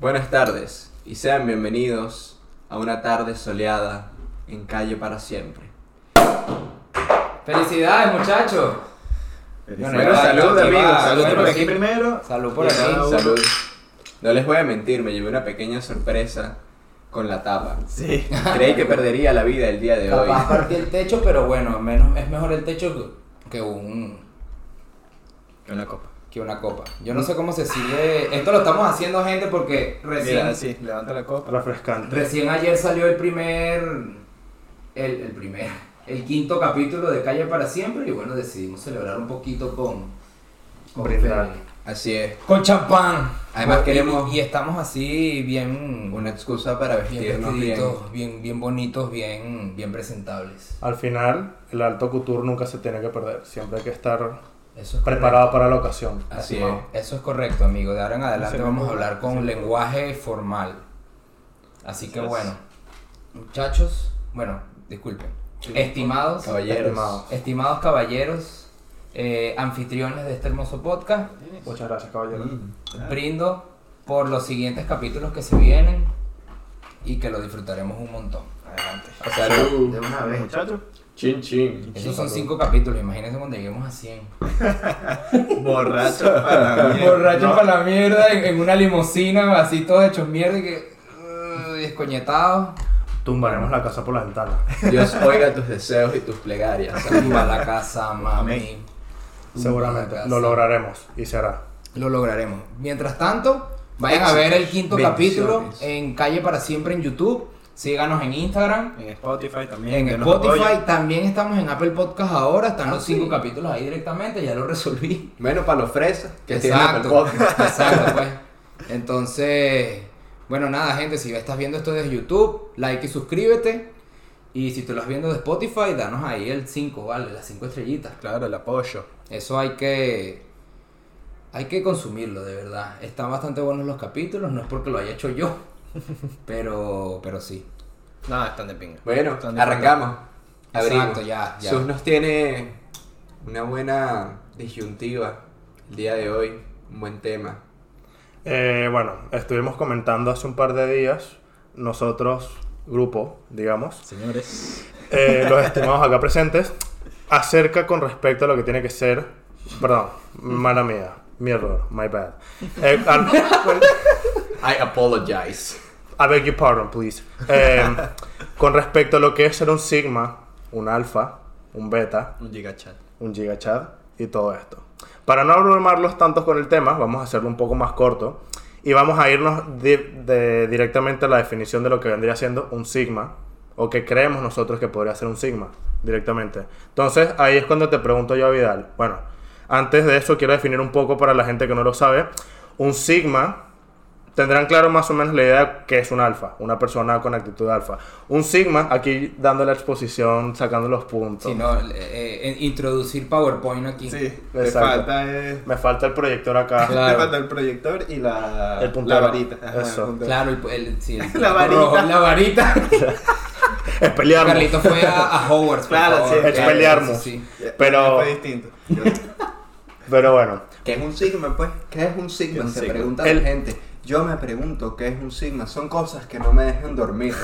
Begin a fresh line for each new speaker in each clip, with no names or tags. Buenas tardes y sean bienvenidos a una tarde soleada en Calle para Siempre.
¡Felicidades, muchachos!
Bueno,
Bueno,
salud,
aquí
amigos.
va,
Salud
bueno,
por
sí.
aquí primero.
Salud por
Y
aquí.
nada, Salud. No les voy a mentir, me llevé una pequeña sorpresa con la tapa.
Sí.
Creí que perdería la vida el día de hoy.
Capaz partí el techo, pero bueno, menos, es mejor el techo que un
Una copa.
que una copa. Yo no sé cómo se sigue. Esto lo estamos haciendo gente porque recién
Mira, sí, levanta la copa.
Refrescante.
recién ayer salió el primer el, el primer el quinto capítulo de Calle para siempre y bueno, decidimos celebrar un poquito con con,
Brindar.
fe-
Así es,
con champán.
Además
Y-
queremos-
y, estamos así bien
una excusa para
bien
vestirnos bien.
vestiditos, bien bien bonitos, bien bien presentables.
Al final, el alto couture nunca se tiene que perder. Siempre hay que estar
Eso es
preparado para la ocasión.
Así
Así
es.
Eso es correcto, amigo. De ahora en adelante
Así
vamos a
mismo,
hablar
así
con
mismo.
lenguaje formal. Así que
Así es.
bueno, muchachos, bueno, disculpen. Estimados,
Caballeros.
Estimado.
estimados caballeros, eh, anfitriones de este hermoso podcast,
Muchas gracias, caballero.
Mm.
Ah.
brindo por los siguientes capítulos que se vienen y que lo disfrutaremos un montón.
Adelante.
Salud.
De una vez, muchachos.
Chin chin.
Esos son cinco capítulos, imagínense cuando lleguemos a 100.
Borracho para la mierda.
Borracho para la mierda, en, en una limusina, así todos hechos mierda y que. uh, descoñetados.
Tumbaremos la casa por la ventana.
Dios oiga tus deseos y tus plegarias.
Tumba la casa, mami.
Amén.
Tumba
Seguramente.
la casa.
Lo lograremos. Y se hará.
Lo lograremos. Mientras tanto, vayan a ver el quinto
Bendiciones.
capítulo en Calle para Siempre en YouTube. Síganos en Instagram.
En Spotify también.
En
que nos apoyen.
Spotify también estamos en Apple Podcast ahora, están
Ah,
los cinco
sí.
capítulos ahí directamente, ya lo resolví.
Menos para los fresas que tienen el
Exacto,
pop.
exacto, pues. Entonces, bueno, nada, gente, si estás viendo esto desde YouTube, like y suscríbete. Y si te lo estás viendo de Spotify, danos ahí el 5, ¿vale? Las 5 estrellitas.
Claro, el apoyo.
Eso hay que. Hay que consumirlo, de verdad. Están bastante buenos los capítulos, no es porque lo haya hecho yo, pero, pero sí.
Nada, están de pinga.
Bueno,
Están de
arrancamos.
Exacto,
Abrimos.
ya, ya.
Sus nos tiene una buena disyuntiva el día de hoy, un buen tema.
Eh, bueno, estuvimos comentando hace un par de días, nosotros, grupo, digamos,
Señores.
eh, los estimados acá presentes, acerca con respecto a lo que tiene que ser. Perdón, mala mía, mi error, my bad. Eh, al-
I apologize.
I beg your pardon, please. Eh, con respecto a lo que es ser un sigma, un alfa, un beta,
Un gigachat.
un gigachad y todo esto. Para no abrumarlos tantos con el tema, vamos a hacerlo un poco más corto y vamos a irnos di- de- directamente a la definición de lo que vendría siendo un sigma o que creemos nosotros que podría ser un sigma directamente. Entonces ahí es cuando te pregunto yo a Vidal. Bueno, antes de eso quiero definir un poco para la gente que no lo sabe. Un sigma tendrán claro más o menos la idea que es un alfa, una persona con actitud alfa. Un sigma, aquí dando la exposición, sacando los puntos.
Sino eh, eh, introducir PowerPoint aquí.
Sí, te
Exacto.
falta es.
Me falta el proyector acá.
Claro.
Te falta el proyector y la,
El
la
puntero.
varita. Ajá,
Eso.
el puntero.
Claro, el, el- sí, el-
La varita.
la varita.
Es pelearnos.
Carlito fue a, a Hogwarts. por
Claro,
favor.
sí.
Claro,
Expelliarmus.
sí, sí.
Ya,
Pero-
Fue distinto.
Pero bueno,
¿Qué es un sigma, pues? ¿Qué es un sigma?
¿Qué es un
Se
sigma?
pregunta
El-
la gente. Yo me pregunto qué es un sigma. Son cosas que no me dejan dormir.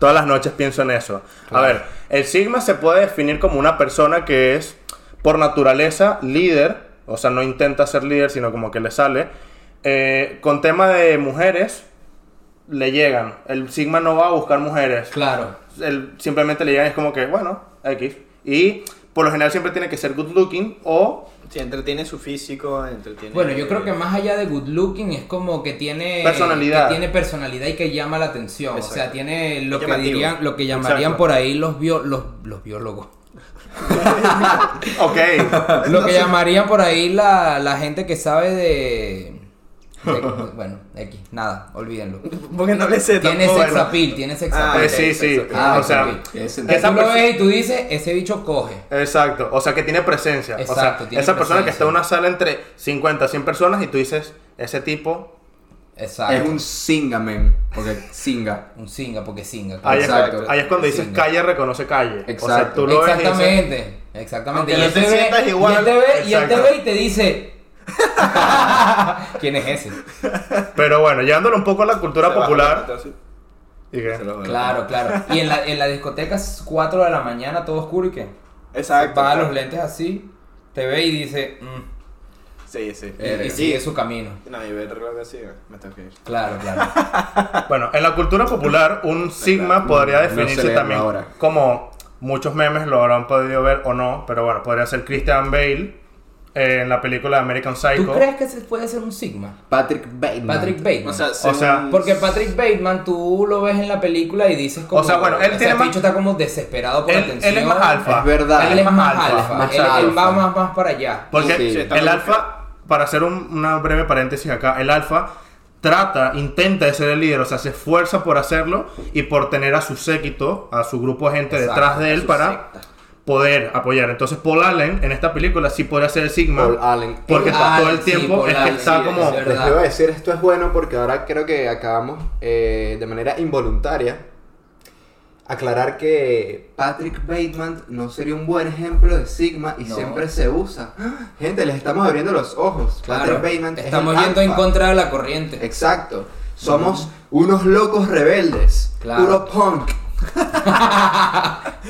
todas las noches pienso en eso. A ver, el sigma se puede definir como una persona que es por naturaleza líder, o sea, no intenta ser líder, sino como que le sale. Eh, con tema de mujeres, le llegan. El sigma no va a buscar mujeres.
Claro.
Él simplemente le llegan y es como que, bueno, X. Y por lo general siempre tiene que ser good looking o
Si entretiene su físico, entretiene.
Bueno, yo creo que más allá de good looking es como que tiene
Personalidad.
que tiene personalidad y que llama la atención. O sea,
Exacto.
tiene lo que
Llamativo.
dirían, lo que llamarían
Exacto.
por ahí los bio- los, los biólogos.
ok.
Lo que llamarían por ahí la, la gente que sabe de, de- bueno, X, nada, olvídenlo.
Porque no le sé
Tiene
tampoco,
sex
bueno.
appeal, tiene sex
Ah,
appeal.
Eh, sí, sí.
Ah,
o sea,
ok.
Tiene sentido.
Que
esa
tú lo
perso-
ves y tú dices, ese bicho coge.
Exacto, o sea que tiene presencia. o sea,
Exacto, tiene
esa persona que
presencia.
está en una sala entre 50, 100 personas y tú dices, ese tipo.
Exacto.
es un singa, men. Porque singa.
un singa porque singa.
Ahí es,
Exacto.
ahí es cuando dices
Singa.
calle, reconoce calle. O sea,
Exacto.
tú lo ves y dices,
Exactamente, exactamente.
Aunque no te sientas
y él
igual.
te ve, y él te
Exacto.
ve y te dice. ¿Quién es ese?
Pero bueno, llevándolo un poco a la cultura
Se baja la
popular.
foto así.
¿Y qué?
Se lo baja.
Claro, claro. Y en la, en la discoteca, 4 de la mañana, todo oscuro y qué.
Exacto.
Va a los
claro.
lentes así, te ve y dice, mm,
Sí, sí.
y- y,
Y
sigue
sí.
su camino.
No, y ver algo así, eh, me tengo que ir.
Claro, claro.
Bueno, en la cultura popular, un sigma podría
No se
definirse
ve
también
ahora.
como muchos memes lo habrán podido ver o no, pero bueno, podría ser Christian Bale eh, en la película American
¿Tú
Psycho.
crees que se puede ser un Sigma?
Patrick Bateman.
Patrick Bateman.
O sea,
O sea,
porque Patrick Bateman tú lo ves en la película y dices como...
O sea, bueno, él
ese
tiene más-
bicho está como desesperado por
Él-
atención.
él es más alfa.
Es verdad.
Él es más alfa.
más
él, él
alfa.
va más, más para allá.
Porque
Sí, sí,
está
el
muy
alfa, para hacer un- una breve paréntesis acá, el alfa trata, intenta de ser el líder, o sea, se esfuerza por hacerlo y por tener a su séquito, a su grupo de gente
Exacto,
detrás de él
su
para
secta.
poder apoyar. Entonces Paul Allen en esta película sí podría ser el Sigma.
Paul Allen.
Porque
Paul
está todo
Allen,
el
sí,
tiempo
Paul
es que
Allen,
está
sí,
como...
es
Les
verdad.
debo decir, esto es bueno porque ahora creo que acabamos eh, de manera involuntaria aclarar que Patrick Bateman no sería un buen ejemplo de Sigma y
No.
siempre se usa. ¡Ah! Gente, les estamos abriendo los ojos.
Claro,
Patrick Bateman Eh, es
estamos
el
yendo en
alfa.
contra de la corriente.
Exacto. Somos unos locos rebeldes.
Claro.
Puro punk.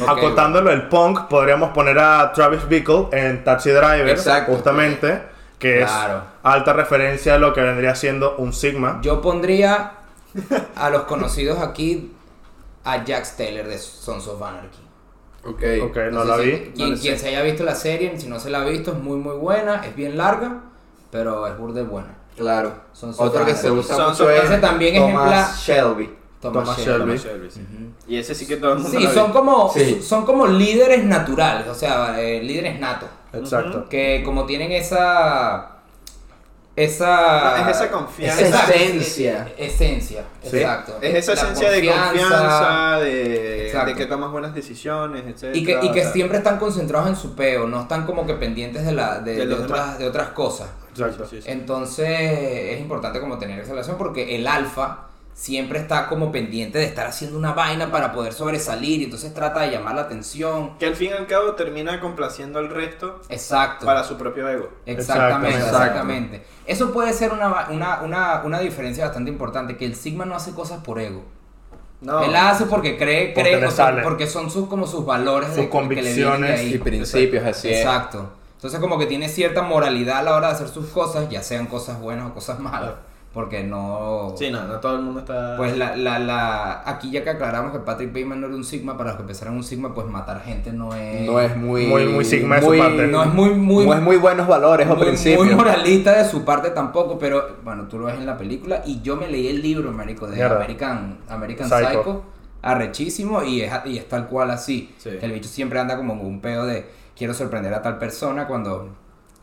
Ok,
Acotándolo el punk, podríamos poner a Travis Bickle en Taxi Driver,
Exacto.
justamente, que
Claro.
es alta referencia a lo que vendría siendo un Sigma.
Yo pondría a los conocidos aquí a Jax Taylor de Sons of Anarchy.
Ok.
Ok, Eh, no la
sé si-
vi.
Quien, quien se haya visto la serie, si no se la ha visto, es muy muy buena, es bien larga, pero es burde buena.
Claro.
Son
Otro que
sopranos.
se usa
Son
mucho es
sopranos. Ese también
Thomas Shelby.
Thomas
Thomas
Shelby.
Shelby.
Thomas Shelby, sí. Y ese sí que todo el mundo
Sí,
lo
son
vio.
como,
Sí.
son como líderes naturales, o sea, eh, líderes natos.
Exacto.
Que como tienen esa... Esa...
No, es esa confianza.
Esa
Exacto,
esencia.
es- esencia,
Sí.
exacto.
Es esa
La
esencia de confianza, de,
Exacto.
de que tomas buenas decisiones, etc.
Y que, y que siempre están concentrados en su peo, no están como que pendientes de, la, de,
De
de
los
otras,
demás.
de otras cosas.
Exacto.
Entonces es importante como tener esa relación porque el alfa siempre está como pendiente de estar haciendo una vaina para poder sobresalir y entonces trata de llamar la atención.
Que al fin y al cabo termina complaciendo al resto
Exacto.
para su propio ego.
Exactamente,
Exacto.
exactamente. Eso puede ser una, va- una, una, una diferencia bastante importante, que el Sigma no hace cosas por ego.
No.
Él la hace porque cree,
Porque
cree
le
o sea,
sale.
porque son sus como sus valores,
Sus
de- que le vienen de
convicciones
ahí.
Y principios, así es.
Exacto. Entonces como que tiene cierta moralidad a la hora de hacer sus cosas, ya sean cosas buenas o cosas malas, porque no...
Sí, no, no todo el mundo está.
Pues la, la, la... Aquí ya que aclaramos que Patrick Bateman no era un Sigma, para los que pensaron en un Sigma, pues matar gente no es...
No es muy.
Muy- muy Sigma de su parte.
no es muy, muy...
no es muy buenos valores o
muy-
principios.
muy moralista de su parte tampoco, pero bueno, tú lo ves en la película y yo me leí el libro, marico, de
Mierda.
American, American Psycho.
Psycho.
arrechísimo y es, y es tal cual así.
Sí.
Que el bicho siempre anda como en un pedo de quiero sorprender a tal persona cuando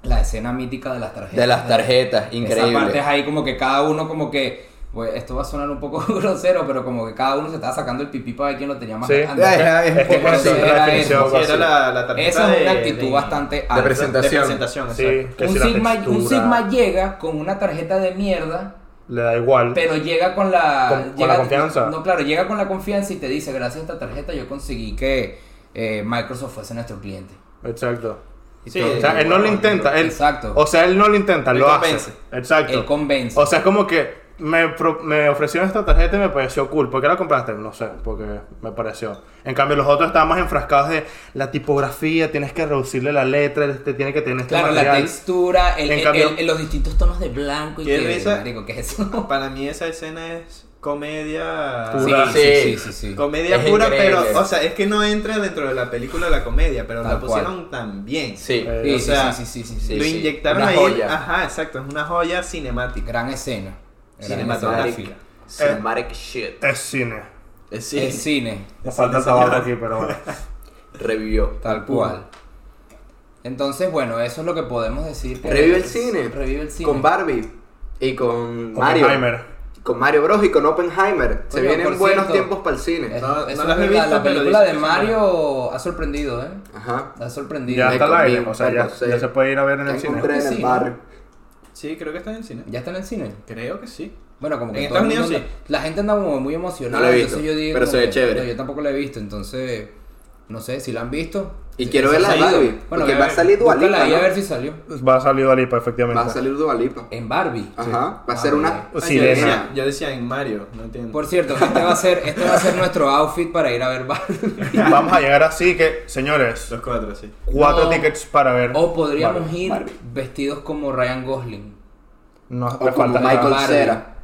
la escena mítica de las tarjetas.
De las tarjetas,
Esa parte es
increíble.
ahí como que cada uno como que, bueno, esto va a sonar un poco grosero, pero como que cada uno se estaba sacando el pipí para ver quién lo tenía más
Sí.
grande.
Ajá, es un
Es que
poco
es
así.
la
Era
definición.
eso.
Sí, era la, la tarjeta
Esa es una
de-
actitud
de-
bastante
de
alta.
presentación.
De presentación,
Sí,
exacto.
que
Un
si la
sigma, un
textura
sigma llega con una tarjeta de mierda,
le da igual.
pero llega con la,
Con- con
llega-
la confianza.
No, claro, llega con la confianza y te dice, gracias a esta tarjeta yo conseguí que eh, Microsoft fuese nuestro cliente.
Exacto.
Sí,
O sea, él no lo intenta. Él,
Exacto.
O sea, él no lo intenta,
Él
lo
convence.
hace. Exacto.
Él convence.
O sea, es como que me, pro- me ofrecieron esta tarjeta y me pareció cool. ¿Por qué la compraste? No sé, porque me pareció. En cambio, los otros estaban más enfrascados de la tipografía, tienes que reducirle la letra, te tiene que tener este
claro, la
material.
textura, el,
En
el-
cambio-
el- los distintos tonos de blanco y
Qué
que-
risa.
marico, ¿qué es eso?
Para mí esa escena es comedia.
Pura.
Sí, sí, sí, sí, sí.
Comedia
Es
pura,
increíble.
pero, o sea, es que no entra dentro de la película la comedia, pero
Tal
la pusieron tan bien.
Sí.
Eh,
Sí,
o
sí,
sea,
sí, sí, sí, sí,
lo
sí.
inyectaron
Una
ahí.
joya.
Ajá, exacto, es una joya cinemática.
Gran escena. Gran
Cinematográfica.
escena.
eh.
Cinematic shit.
Es cine.
Es
El cine.
Nos falta el trabajo aquí, pero bueno.
Revivió.
Tal cual. Entonces, bueno, eso es lo que podemos decir. que-
Revive el cine.
Revive el cine.
Con Barbie. Y con,
Con
Mario.
Oppenheimer.
Con Mario Bros. y con Oppenheimer. Se
Oye,
vienen
por
buenos
cierto,
tiempos para el cine.
Es-
No,
eso
no las
es verdad,
he visto,
la
pero
película de
dicen que son
Mario ha sorprendido, ¿eh?
Ajá.
Ha sorprendido.
Ya
Me
está al aire.
comí
O sea,
un
ya,
perro,
ya
sí.
se puede ir a ver en
Ya
el cine.
encontré en
Sí,
el
¿no?
bar.
Sí, creo que está en el cine.
¿Ya está en el cine?
Creo que sí.
Bueno, como que
En
todo el
Estados
mundo-
Unidos
la gente anda como muy emocionada.
No la he
entonces
visto,
yo digo
pero
como
se ve
que,
chévere.
no, yo tampoco la he visto, entonces No sé si la han visto.
Y
Si-
quiero
si
verla
ha
de
salido.
Barbie, porque
ve
va a salir Dua
búscala
Lipa,
ahí a
¿no?
ver si Eh, salió.
Va a salir Dualipa, efectivamente.
Va a salir Dualipa.
En Barbie.
Ajá, va a
Ah,
ser
mira.
una...
Ah, yo,
Sirena.
decía, yo decía en Mario, no entiendo.
Por cierto, este va a ser, este va a ser nuestro outfit para ir a ver Barbie.
Vamos a llegar así que, señores,
Los cuatro, sí.
cuatro
No.
tickets para ver.
O podríamos
Vale.
ir
Barbie.
vestidos como Ryan Gosling.
No,
O
le
como
falta Ah,
Mike-
Michael
Barbie.
Cera.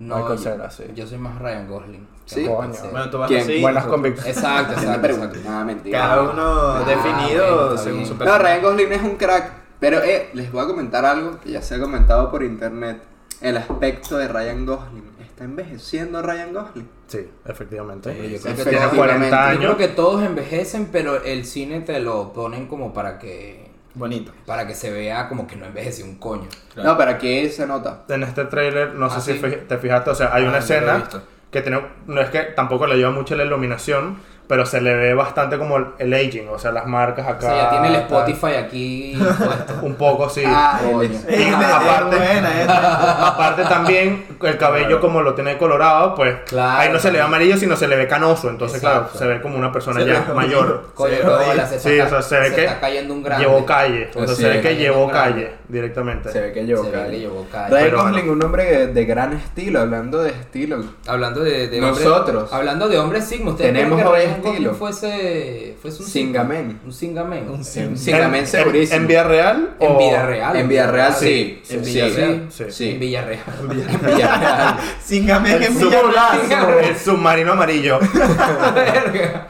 No,
Michael
yo-
Cera, sí.
Yo soy más Ryan Gosling. que
Sí.
Michael
Coño.
Cera.
Bueno, tú vas
¿Quién?
así.
Buenas
nosotros-
convicciones.
Exacto,
Haciendo
exacto,
preguntas.
exacto.
Ah, mentira.
Cada uno
Ah,
definido
bueno, está
según
bien.
su
No,
persona.
Ryan Gosling es un crack. Pero eh, les voy a comentar algo que ya se ha comentado por internet. El aspecto de Ryan Gosling. ¿Está envejeciendo Ryan Gosling?
Sí, efectivamente.
Pero yo creo que
Tiene
todos-
Tiene 40
Yo creo
años.
que todos envejecen, pero el cine te lo ponen como para que
Bonito.
para que se vea como que no envejeció un coño.
Claro.
No, pero aquí se nota.
En este trailer, no
Ah,
sé
sí.
si fi- te fijaste, o sea, hay
Ah,
una
no lo he
escena
visto.
que tiene, no es que tampoco le ayuda mucho la iluminación, pero se le ve bastante como el, el aging, o sea, las marcas
O
acá.
sea, ya tiene el
tal.
Spotify aquí puesto.
Un poco, sí.
Ah,
Coño.
él es-
Eh, eh,
Aparte-
buena esa.
Aparte también, el cabello como lo tiene colorado, pues
Claro.
ahí no se le ve amarillo, sino se le ve canoso. Entonces,
Exacto.
claro, se ve como una persona
Se
ya
ve-
mayor.
Coño,
Sí,
no,
sí.
la- se
Sí,
está-
o sea, se ve que
está cayendo un grande.
Llevó calle. O sea,
Pues
se
sí,
ve que
cayendo
llevó
un grande.
calle directamente.
Se ve que
Se
llevo
ve
cara.
que llevó calle.
Ryan
Pero
Gosling,
bueno.
un hombre de, de gran estilo, hablando de estilo.
Hablando de, de
Nosotros.
hombres- hablando de hombres sigma, ustedes
Tenemos
creen que
hombres
Ryan Gosling
estilo.
fuese fuese un
Singamen.
sigma? Un singamen.
Un
En-
sin-
Sí, también
En-
segurísimo.
¿En, en vía real?
En
o-
Villarreal.
En Villarreal, sí.
En
Sí,
Villarreal.
sí, sí.
En Villarreal.
En Villarreal.
Sin gamer
El,
en
sub-
Villarreal.
el submarino amarillo.
Verga.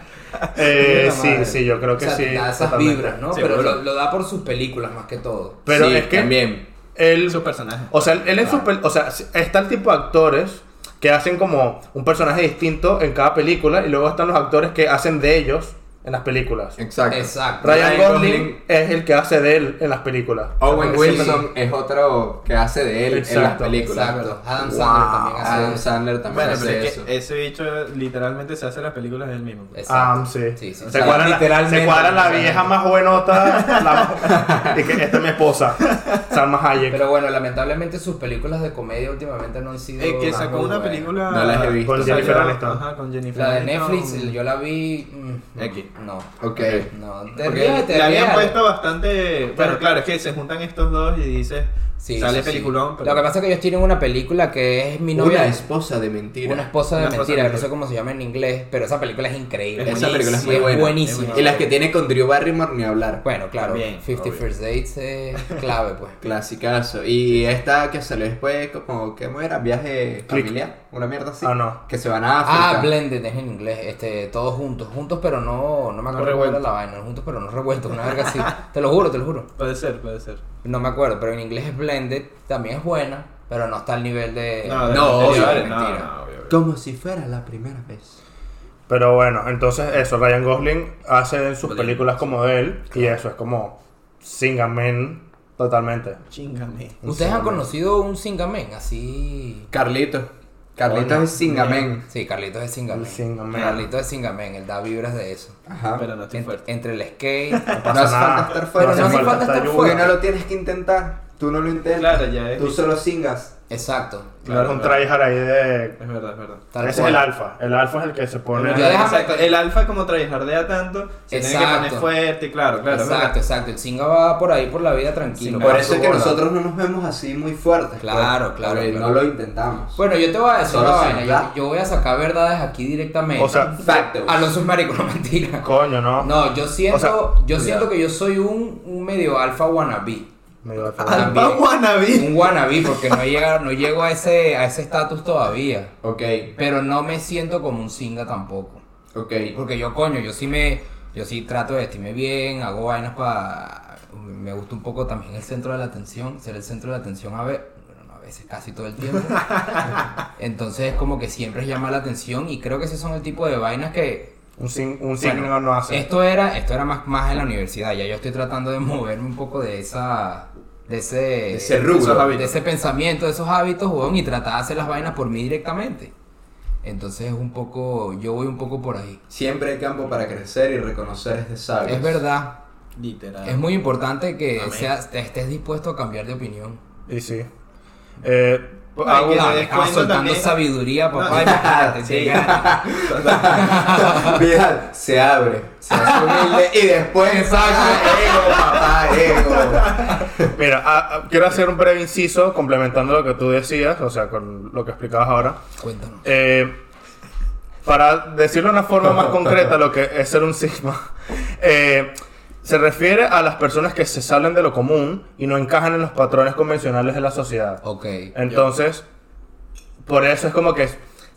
Eh, sí,
madre.
sí, yo creo
O
que
sea,
sí.
te da esas
totalmente.
vibras, ¿no?
Sí,
Pero
bueno.
lo, lo da por sus películas más que todo.
Pero
Sí,
es que
también.
él
Su personaje.
O sea, él en su pel- o sea, está el tipo de actores que hacen como un personaje distinto en cada película y luego están los actores que hacen de ellos en las películas.
Exacto.
Exacto.
Ryan
Ryan
Gosling
Gosling.
es el que hace de él en las películas.
Owen
Sí.
Wilson es otro que hace de él en las
Exacto,
películas.
Exacto. Adam Sandler también
Wow.
hace
Adam
eso.
Sandler también
Bueno,
hace
pero es
eso.
que ese bicho literalmente se hace las películas del mismo. pues.
Exacto.
Ah, sí.
Sí, sí.
Se,
O sea,
cuadra la,
literalmente,
se cuadra la
literalmente.
vieja más buenota. La, y que esta es mi esposa, Salma Hayek.
Pero bueno, lamentablemente sus películas de comedia últimamente no han sido.
Eh, que
tan
sacó
muy
una
buenas.
película.
No las he visto.
Con Jennifer
Salió-
Aniston.
Ajá, con Jennifer
La de
Aniston.
Netflix, el- yo la vi. mm,
Aquí.
No.
Ok.
No, te
Porque
ríes, te
le habían
ríes.
puesto bastante. Bueno, claro, es que se juntan estos dos y dices.
Sí,
sale
sí, sí.
peliculón. Pero...
Lo que pasa es que ellos tienen una película que es mi novia.
Una esposa de mentira.
Una esposa de
Una esposa
mentira,
de
no sé cómo se llama en inglés, pero esa película es increíble.
Es
Esa película es muy
buenísima,
buena.
Buenísima.
Y las que tiene con Drew Barrymore ni hablar.
Bueno, claro,
También,
50
obvio.
First Dates es clave, pues.
Clasicazo. Y esta que salió después, como, ¿qué era? Viaje
Click.
familiar. Una mierda así.
Ah, no.
Que se van a África.
Ah, Blended es en inglés, este, todos juntos, juntos pero no, no me acuerdo cuál era la vaina, juntos pero no revueltos, una verga así, te lo juro, te lo juro,
Puede ser, puede ser.
no me acuerdo, pero en inglés es Blended, también es buena, pero no está al nivel de...
de
no,
los
obvio,
anteriores, no,
mentira.
no, obvio, obvio.
Como si fuera la primera vez.
Pero bueno, entonces eso, Ryan Gosling hace en sus películas como de él y eso es como Singamen totalmente.
Chíngame.
¿Ustedes han conocido un Singamen así?
Carlitos. Carlitos
Coño.
es Singamen.
Sí, Carlitos es Singamen.
Un Singamen.
Carlitos es Singamen, él da vibras de eso.
Ajá.
Pero no estoy
Ent-
fuerte.
entre el skate,
pasa
no hace
nada.
falta estar fuera.
No hace falta estar
lluvia.
Porque no lo tienes que intentar. Tú no lo intentas.
Claro, ya es
Tú
difícil.
solo singas.
exacto,
Claro, un tryhard ahí de
Es verdad, es verdad.
tal
Ese es
cual.
el alfa. El alfa es el que se pone.
Ya déjame-
Exacto, El alfa como traijardea tanto, se tiene que
Exacto.
poner fuerte, y claro, claro. es verdad.
exacto, exacto. El singa va por ahí por la vida tranquilo.
Por
con
eso es
su
que
gorda.
nosotros no nos vemos así muy fuertes.
Claro,
pues,
claro,
porque
claro. Pues,
No lo intentamos.
Bueno, yo te voy a decir
Solo
una
sin
vaina. Yo,
hablar.
yo voy a sacar verdades aquí directamente.
O sea,
Factos.
Alonso es marico, no mentira.
Coño, ¿no?
No, yo siento,
O
yo siento que yo soy un, un medio alfa wannabe.
Me dio alfa.
Ah.
Alfa
También.
wannabe.
Un wannabe porque no llega, no llego a ese a ese estatus todavía.
Ok,
Pero no me siento como un singa tampoco.
ok.
Porque yo, coño, yo sí me. Yo sí trato de vestirme bien, hago vainas para. Me gusta un poco también el centro de la atención, ser el centro de la atención a veces. Bueno, no a veces, casi todo el tiempo. Entonces, como que siempre llama la atención y creo que esos son el tipo de vainas que.
Un, sin, un
bueno,
signo no hace.
Esto era, esto era más, más en la universidad. Ya yo estoy tratando de moverme un poco de esa. De ese, de
ese rubro.
de ese pensamiento, de esos hábitos, weón, y tratar de hacer las vainas por mí directamente. Entonces es un poco, yo voy un poco por ahí.
Siempre hay campo para crecer y reconocer este sabio.
Es verdad.
Literal.
Es muy importante que
Ah. Amén.
seas- estés dispuesto a cambiar de opinión.
Y sí. Eh,
Ay,
hago-
Pues, que
No,
te des
estamos
cuenta
soltando
también.
sabiduría, papá.
No.
imagínate,
Sí.
llega.
Vidal se abre, se hace humilde y después
Exacto.
ego, papá, ego.
Mira, a- a- quiero hacer un breve inciso complementando lo que tú decías, o sea, con lo que explicabas ahora.
Cuéntanos.
Eh, para decirlo de una forma más concreta, lo que es ser un sigma, eh, se refiere a las personas que se salen de lo común y no encajan en los patrones convencionales de la sociedad.
Ok.
Entonces, por eso es como que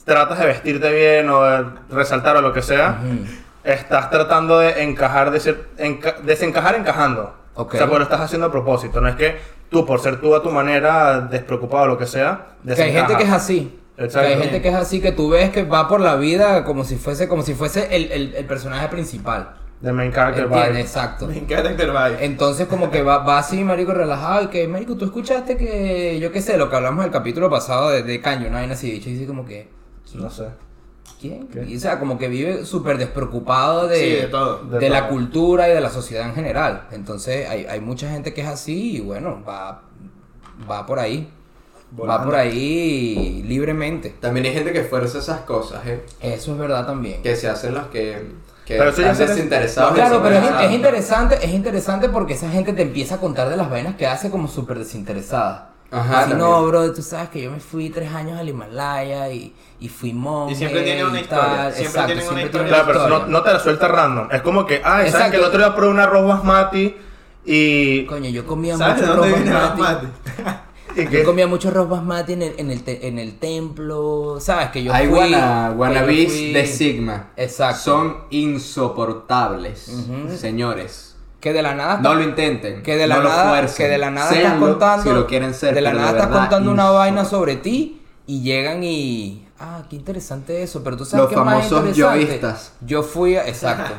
tratas de vestirte bien o de resaltar o lo que sea.
Ujú.
Estás tratando de encajar, de ser- enca- desencajar encajando.
Ok.
O sea, pero lo estás haciendo a propósito. No es que tú, por ser tú a tu manera, despreocupado o lo que sea,
Que hay gente
desencajas.
que es así.
Exacto.
Que hay gente que es así, que tú ves que va por la vida como si fuese, como si fuese el, el- el personaje principal.
De main character
¿Entiendes?
vibe.
Exacto.
Me encanta el vibe.
Entonces como que va, va así, marico, relajado, y que, marico, tú escuchaste que, yo qué sé, lo que hablamos del capítulo pasado de, de Caño, ¿no? Y así dicho, y dice como que,
No sé.
¿quién? Y, o sea, como que vive súper despreocupado de,
Sí, de todo.
De
de la
todo.
cultura y de la sociedad en general. Entonces hay, hay mucha gente que es así y bueno, va, va por ahí. Va
Volando.
por ahí libremente.
También hay gente que fuerza esas cosas, ¿eh?
Eso es verdad también.
Que se hacen los que, que
Pero eso ya
están
se-
desinteresados.
Claro, pero es,
desinteresados.
es interesante, es interesante porque esa gente te empieza a contar de las vainas que hace como súper desinteresada.
Ajá,
Así,
también.
no, bro, tú sabes que yo me fui tres años al Himalaya y, y fui monje
Y siempre tienen una
y
historia,
tal.
siempre
Exacto,
tienen una
siempre tienen
Claro,
una
pero no,
historia.
no te la suelta random. Es como que, ah, ¿sabes
Exacto.
que el otro día probé un arroz basmati y,
Coño, yo comía
¿Sabes de
mucho
dónde
arroz
viene
basmati.
Basmati?
y
Yo
que
comía mucho arroz basmati en el, en el, te- en el templo, ¿sabes? Que yo
Hay
fui...
guana-
que
wannabes
yo fui-
de Sigma.
Exacto.
Son insoportables,
Ujú.
señores.
Que de la nada...
No lo intenten.
Que de la
no lo
nada,
fuercen.
que de la nada estás
Séanlo
contando,
Si lo quieren ser.
de la
pero
nada estás
verdad,
contando una vaina
insoportables.
sobre ti y llegan y ah, qué interesante eso, pero tú sabes
Los
qué más
famosos
interesante?
yoístas.
Yo fui, a- exacto.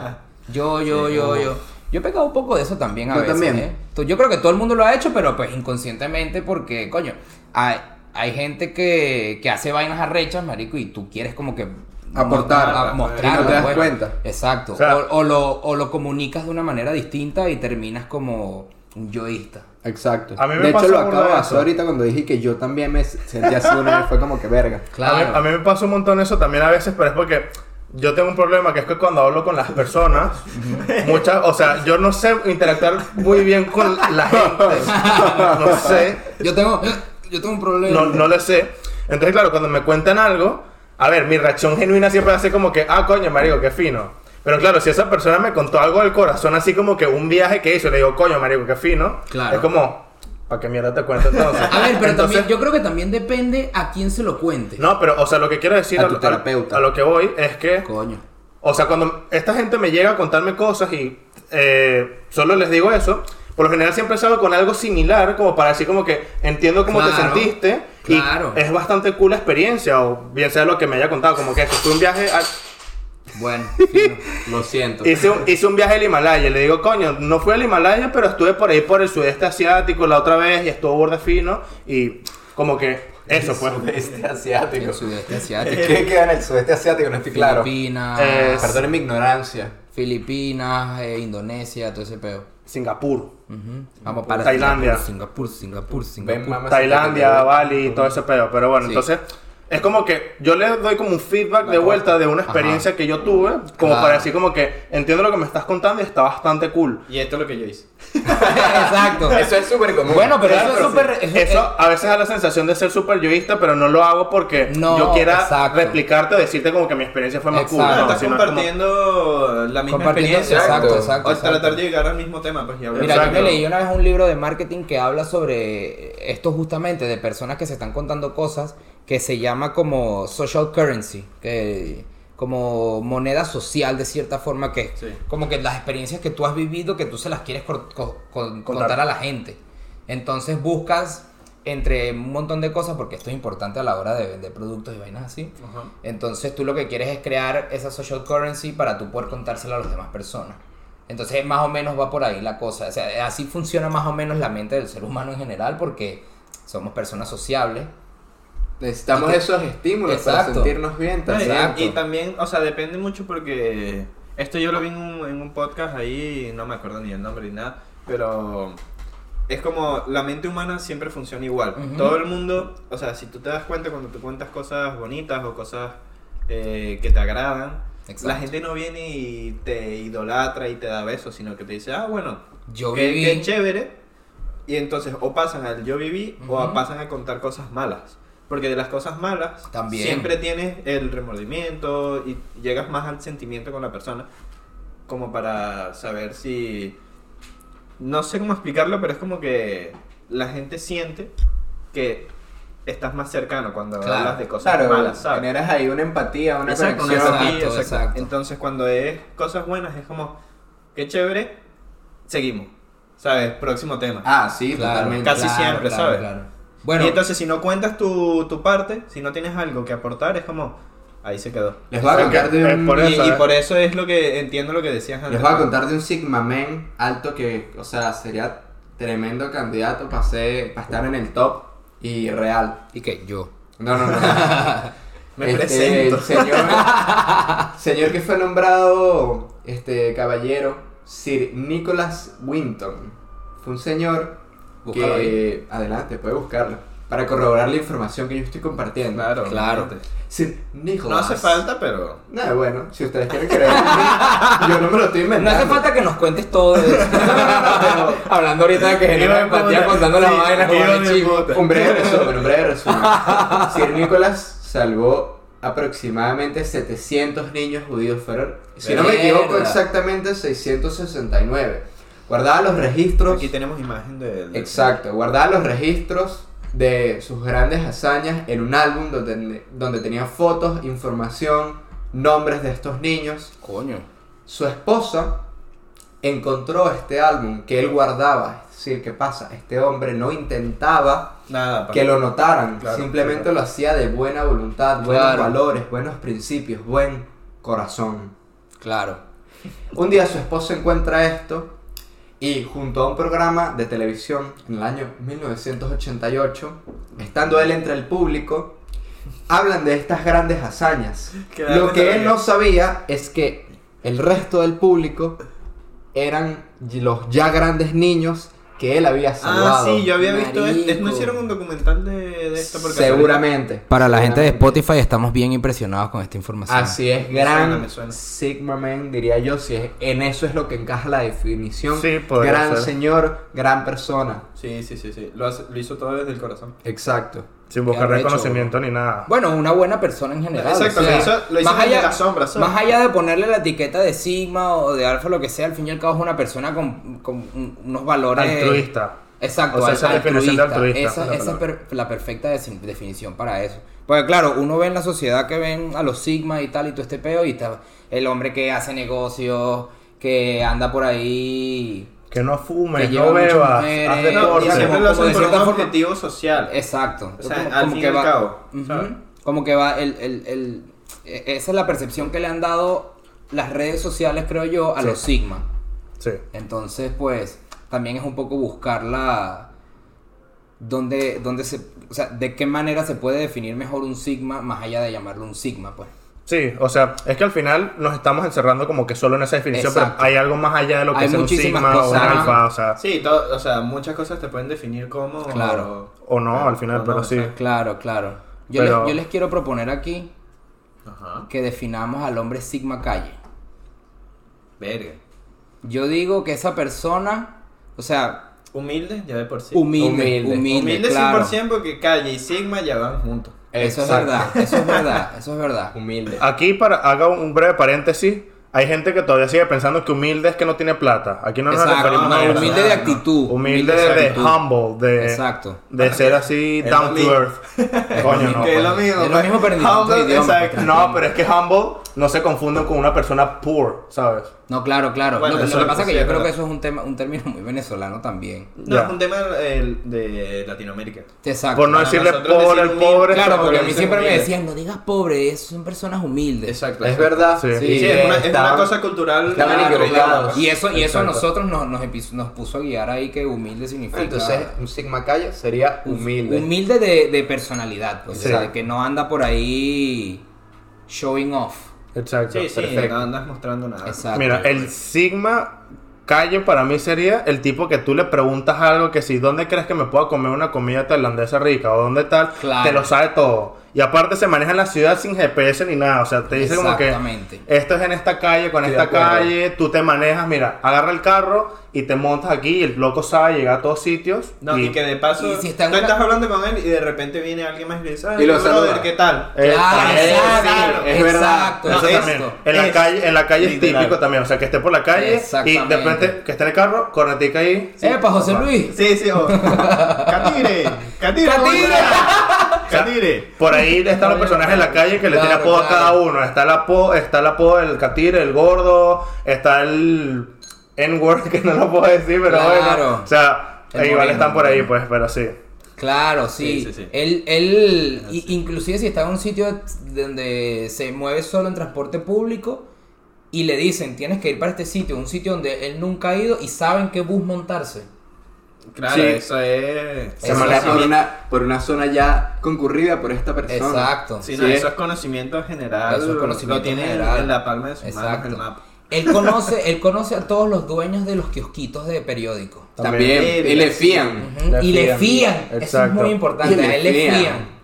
Yo yo yo yo yo he pegado un poco de eso también a
Yo
veces,
también.
¿eh? To- Yo creo que todo el mundo lo ha hecho, pero pues inconscientemente porque coño, hay, hay gente que, que hace vainas arrechas, marico, y tú quieres como que
Aportar,
mostrar-
y
mostrarlo,
no te das
pues.
cuenta.
Exacto.
O sea-
o, o lo, o lo comunicas de una manera distinta y terminas como un yoísta.
Exacto.
A mí me
de hecho,
pasó
lo
burda
acabo de
de
hacer
eso.
ahorita cuando dije que yo también me sentí así una vez. Fue como que verga.
A mí-
Claro.
A, mí, me pasa un montón eso también a veces, pero es porque yo tengo un problema que es que cuando hablo con las personas, muchas, o sea, yo no sé interactuar muy bien con la gente. No sé,
Yo tengo, yo tengo un problema.
no, no le sé. Entonces, claro, cuando me cuentan algo, a ver, mi reacción genuina siempre hace como que, ah, coño, marico, qué fino. Pero claro, si esa persona me contó algo del corazón, así como que un viaje que hizo, le digo, coño, marico, qué fino.
Claro.
Es como, ¿para qué mierda te cuento entonces?
A ver, pero
Entonces,
también, yo creo que también depende a quién se lo cuente.
No, pero, o sea, lo que quiero decir
A
a,
tu
lo- a-
terapeuta.
a lo que voy es que...
Coño.
O sea, cuando esta gente me llega a contarme cosas y eh, solo les digo eso, por lo general siempre salgo con algo similar, como para decir como que entiendo cómo te
Claro,
sentiste.
claro.
Y es bastante cool la experiencia, o bien sea lo que me haya contado, como que eso, fue un viaje... al-
Bueno, fino.
Lo siento.
hice, un, hice un viaje al Himalaya, y le digo, coño, no fui al Himalaya, pero estuve por ahí, por el sudeste asiático la otra vez, y estuvo borde fino, y como que eso fue...
Este asiático.
el sudeste este asiático.
¿Qué queda en el sudeste asiático? No estoy claro.
Filipinas,
Eh,
Perdonen mi ignorancia.
Filipinas, eh, Indonesia, todo ese peo.
Singapur,
Ujú. Vamos para
Tailandia.
Singapur, Singapur, Singapur,
Ven,
Singapur.
mamá,
Tailandia,
siéntate.
Bali, todo ese pedo. Pero bueno,
Sí.
entonces es como que yo le doy como un feedback de vuelta de una experiencia que yo tuve, como
Claro.
para decir como que entiendo lo que me estás contando y está bastante cool.
Y esto es lo que yo hice.
Exacto.
Eso es súper común.
Bueno, pero
Claro,
eso es súper. eso-
Eso a veces da la sensación de ser super yoísta, pero no lo hago porque
No,
yo quiera
exacto.
replicarte o decirte como que mi experiencia fue más
Exacto.
cool.
Claro, estás
sino es como-
compartiendo la misma
Compartiendo-
experiencia.
exacto,
exacto.
exacto,
o
exacto.
tratar de llegar al mismo tema, pues y hablar.
Mira,
Exacto.
yo me leí una vez un libro de marketing que habla sobre esto justamente, de personas que se están contando cosas que se llama como social currency, que como moneda social de cierta forma, que es
Sí.
como que las experiencias que tú has vivido, que tú se las quieres cor- co- con-
Contar.
contar a la gente. Entonces buscas entre un montón de cosas, porque esto es importante a la hora de vender productos y vainas así.
Ajá.
Entonces tú lo que quieres es crear esa social currency para tú poder contársela a las demás personas. Entonces más o menos va por ahí la cosa. O sea, así funciona más o menos la mente del ser humano en general porque somos personas sociables.
Necesitamos
Y que-
esos estímulos
Exacto.
para sentirnos bien.
No, y-
también.
Exacto.
Y, también, o sea, depende mucho porque esto yo lo vi en un, en un podcast ahí, no me acuerdo ni el nombre ni nada, pero es como la mente humana siempre funciona igual.
Ujú.
Todo el mundo, o sea, si tú te das cuenta cuando tú cuentas cosas bonitas o cosas eh, que te agradan, la
Exacto.
gente no viene y te idolatra y te da besos, sino que te dice, ah, bueno,
Yo
qué,
viví.
qué chévere. Y entonces o pasan al yo viví o a-
Ujú.
pasan a contar cosas malas. Porque de las cosas malas
También.
siempre tienes el remordimiento y llegas más al sentimiento con la persona. Como para saber si... No sé cómo explicarlo, pero es como que la gente siente que estás más cercano cuando
Claro.
hablas de cosas
Claro,
malas, ¿sabes?
generas ahí una empatía, una
Exacto, una
conexión.
empatía,
Exacto,
exacto.
exacto.
Entonces, cuando es cosas buenas, es como, qué chévere, seguimos. ¿Sabes? Próximo tema.
Ah, sí,
Claro,
totalmente.
casi
claro,
siempre,
claro,
¿sabes?
claro. Bueno,
y entonces, si no cuentas tu, tu parte, si no tienes algo que aportar, es como, ahí se quedó.
Les voy a contar de
Es
un
por
Y,
eso,
y
eh.
por eso es lo que entiendo lo que decías antes.
Les voy a contar de un Sigma Man alto que, o sea, sería tremendo candidato para ser- para estar en el top y real.
y que yo.
No, no, no. no.
Me presento.
El señor, señor que fue nombrado este caballero Sir Nicholas Winton. Fue un señor
Búscalo
que
ahí.
adelante, puede buscarlo para corroborar la información que yo estoy compartiendo.
Claro.
Claro.
Sir Nicholas.
No hace falta, pero.
No, bueno, si ustedes quieren creer, en mí, yo no me lo estoy
No
inventando.
hace falta que nos cuentes todo de eso. Hablando ahorita de que genera empatía contando las vainas como el chivo.
Un breve resumen, un breve resumen. Sir Nicholas salvó aproximadamente 700 niños judíos fueron, si no me
Verga.
equivoco, exactamente 669. Guardaba los registros,
Aquí tenemos imagen de. de-
exacto, guardaba los registros de sus grandes hazañas en un álbum donde, donde tenía fotos, información, nombres de estos niños.
Coño.
Su esposa encontró este álbum que él guardaba. Es decir, ¿qué pasa? Este hombre no intentaba
Nada,
que lo notaran.
Claro,
Simplemente
claro.
lo hacía de buena voluntad, buenos
Claro.
valores, buenos principios, buen corazón.
Claro.
Un día su esposa encuentra esto y junto a un programa de televisión en el año 1988, estando él entre el público, hablan de estas grandes hazañas.
Que
Lo
realmente
que
lo
él
que-
no sabía es que el resto del público eran los ya grandes niños que él había salvado.
Ah, sí, yo había visto.
Marico.
esto. ¿No hicieron un documental de, de esto? Porque
Seguramente.
Para la gente de
Seguramente.
Spotify estamos bien impresionados con esta información.
Así es,
Me suena,
gran
me suena.
Sigma Man, diría yo, si es, en eso es lo que encaja la definición.
Sí, podría
gran
ser.
señor, gran persona.
Sí, sí, sí, sí. Lo, hace- lo hizo todo desde el corazón.
Exacto.
Sin buscar
Qué arrecho,
reconocimiento ni nada.
Bueno, una buena persona en general.
Exacto,
o sea,
lo hizo- lo hizo
más
desde
allá,
la sombra, ¿sabes?
Más allá de ponerle la etiqueta de Sigma o de Alfa, lo que sea, al fin y al cabo es una persona con, con un- unos valores.
altruista.
Exacto,
O sea,
al-
esa es la definición de altruista,
Esa,
es la
esa es
palabra.
per- la perfecta desin- definición para eso. Porque claro, uno ve en la sociedad que ven a los Sigma y tal y todo este peo y está el hombre que hace negocios, que anda por ahí.
Que no fumes,
Que lleva
no
muchas
bebas,
mujeres,
haz
No,
Corte.
y
Como-
deporte.
siempre lo
Eh, como de
hacen por un
cierta forma-
objetivo social.
Exacto.
O sea, al fin y al cabo,
Ujú.
¿sabes?
Como que va el, el- el- e- esa es la percepción que le han dado las redes sociales, creo yo, a
Sí.
los Sigma.
Sí.
Entonces, pues, también es un poco buscarla donde, donde se, o sea, de qué manera se puede definir mejor un sigma más allá de llamarlo un sigma, pues.
Sí, o sea, es que al final nos estamos encerrando como que solo en esa definición,
Exacto.
pero hay algo más allá de lo que
Hay
es un
muchísimas
sigma o un
cosas.
alfa, o sea,
Sí, todo, o sea, muchas cosas te pueden definir como.
Claro.
o no al final,
O no,
pero sí.
exacto.
Claro, claro. Yo,
Pero-
les, yo les quiero proponer aquí
Ajá.
que definamos al hombre sigma calle.
Verga.
Yo digo que esa persona, o sea,
Humilde, ya de por sí.
humilde, humilde,
Humilde.
Humilde
claro.
100% porque Calle y Sigma ya van juntos.
Eso es
Exacto.
verdad, eso es verdad, eso es verdad.
Humilde.
Aquí para haga un breve paréntesis, hay gente que todavía sigue pensando que humilde es que no tiene plata. Aquí no nos
Exacto,
referimos
no,
a eso.
humilde de actitud.
Humilde de
actitud.
humble, de,
Exacto.
de ser así
Es
down
lo
to
mismo.
earth. Coño, no.
Que es lo
pues.
mismo.
Es lo mismo, pero en distinto
Humble,
idioma.
exacto.
No, pero es que humble no se confunde con una persona poor, ¿sabes?
No, claro, claro.
Bueno,
No,
eso
lo que
lo
pasa es que
considero,
yo creo que
¿verdad?
eso es un tema, un término muy venezolano también.
No,
Ya.
es un tema eh, de Latinoamérica.
Exacto.
Por no
Para
decirle
nosotros
pobre al
decir humilde,
pobre.
Claro, porque a mí
Pero
siempre me
humilde.
decían, no digas pobre, es- son personas humildes.
Exacto.
Es verdad.
Sí.
Sí,
eh,
es, una, es
estaban-
una cosa cultural.
estaban
Claro,
equivocados.
claro.
Y eso, y eso a
Exacto.
nosotros nos, nos, empi- nos puso a guiar ahí que humilde significa.
Entonces, un Sigma Calle sería humilde.
Humilde de, de personalidad, pues.
Sí.
O sea, de que no anda por ahí showing off.
Exacto.
Sí, sí,
Perfecto.
no andas mostrando nada.
Exacto.
Mira, el Sigma Calle para mí sería el tipo que tú le preguntas algo que si, ¿dónde crees que me pueda comer una comida tailandesa rica? ¿O dónde tal?
Claro.
Te lo sabe todo. Y aparte se maneja en la ciudad sin GPS ni nada. O sea, te dice como que
Exactamente.
esto es en esta calle, con
Estoy de
esta
acuerdo.
calle, tú te manejas, mira, agarra el carro y te montas aquí y el loco sabe llegar a todos sitios.
No, y, que de
y
paso,
si está en
tú
una-
estás hablando con él y de repente viene alguien más y le dice, "Ay,
Y lo
brother,
saluda.
¿qué tal?
Eh,
Claro,
eh,
exacto,
sí, es verdad.
exacto,
Eso
exacto.
también. En la
es
calle, en la calle es
literal.
típico también. O sea, que esté por la calle y de
Exactamente.
repente que esté en el carro, corretica ahí.
Epa, José
Va.
Luis.
Sí, sí, o... Catire, Catire, ¿cómo
Catire.
estás? Catire.
Por ahí están los
Oye,
personajes en la calle que le
claro,
tiene apodo a
claro.
cada uno. Está el apodo, está el apodo del catire, el gordo, está el N-word que no lo puedo decir, pero
Claro.
bueno. O sea, e
El
igual
moreno,
están por ahí,
moreno.
pues, pero sí.
Claro, sí.
Sí, sí, sí.
Él, él i- inclusive si está en un sitio donde se mueve solo en transporte público y le dicen, tienes que ir para este sitio, un sitio donde él nunca ha ido y saben qué bus montarse.
Claro,
Sí.
eso es...
Se
Eso
maneja
sí.
por una, por una zona ya concurrida por esta persona.
Exacto.
Sí, no,
Sí.
eso es conocimiento general.
Eso es conocimiento
lo tiene en-
general.
en la palma de su mano,
Exacto.
en el mapa.
Él conoce, él conoce a todos los dueños de los kiosquitos de periódicos.
También.
También.
Y Mm. le fían.
Ujú,
Le
y le
fían.
fían. Eso es
Exacto.
muy importante.
Y le
a él le
fían.
fían.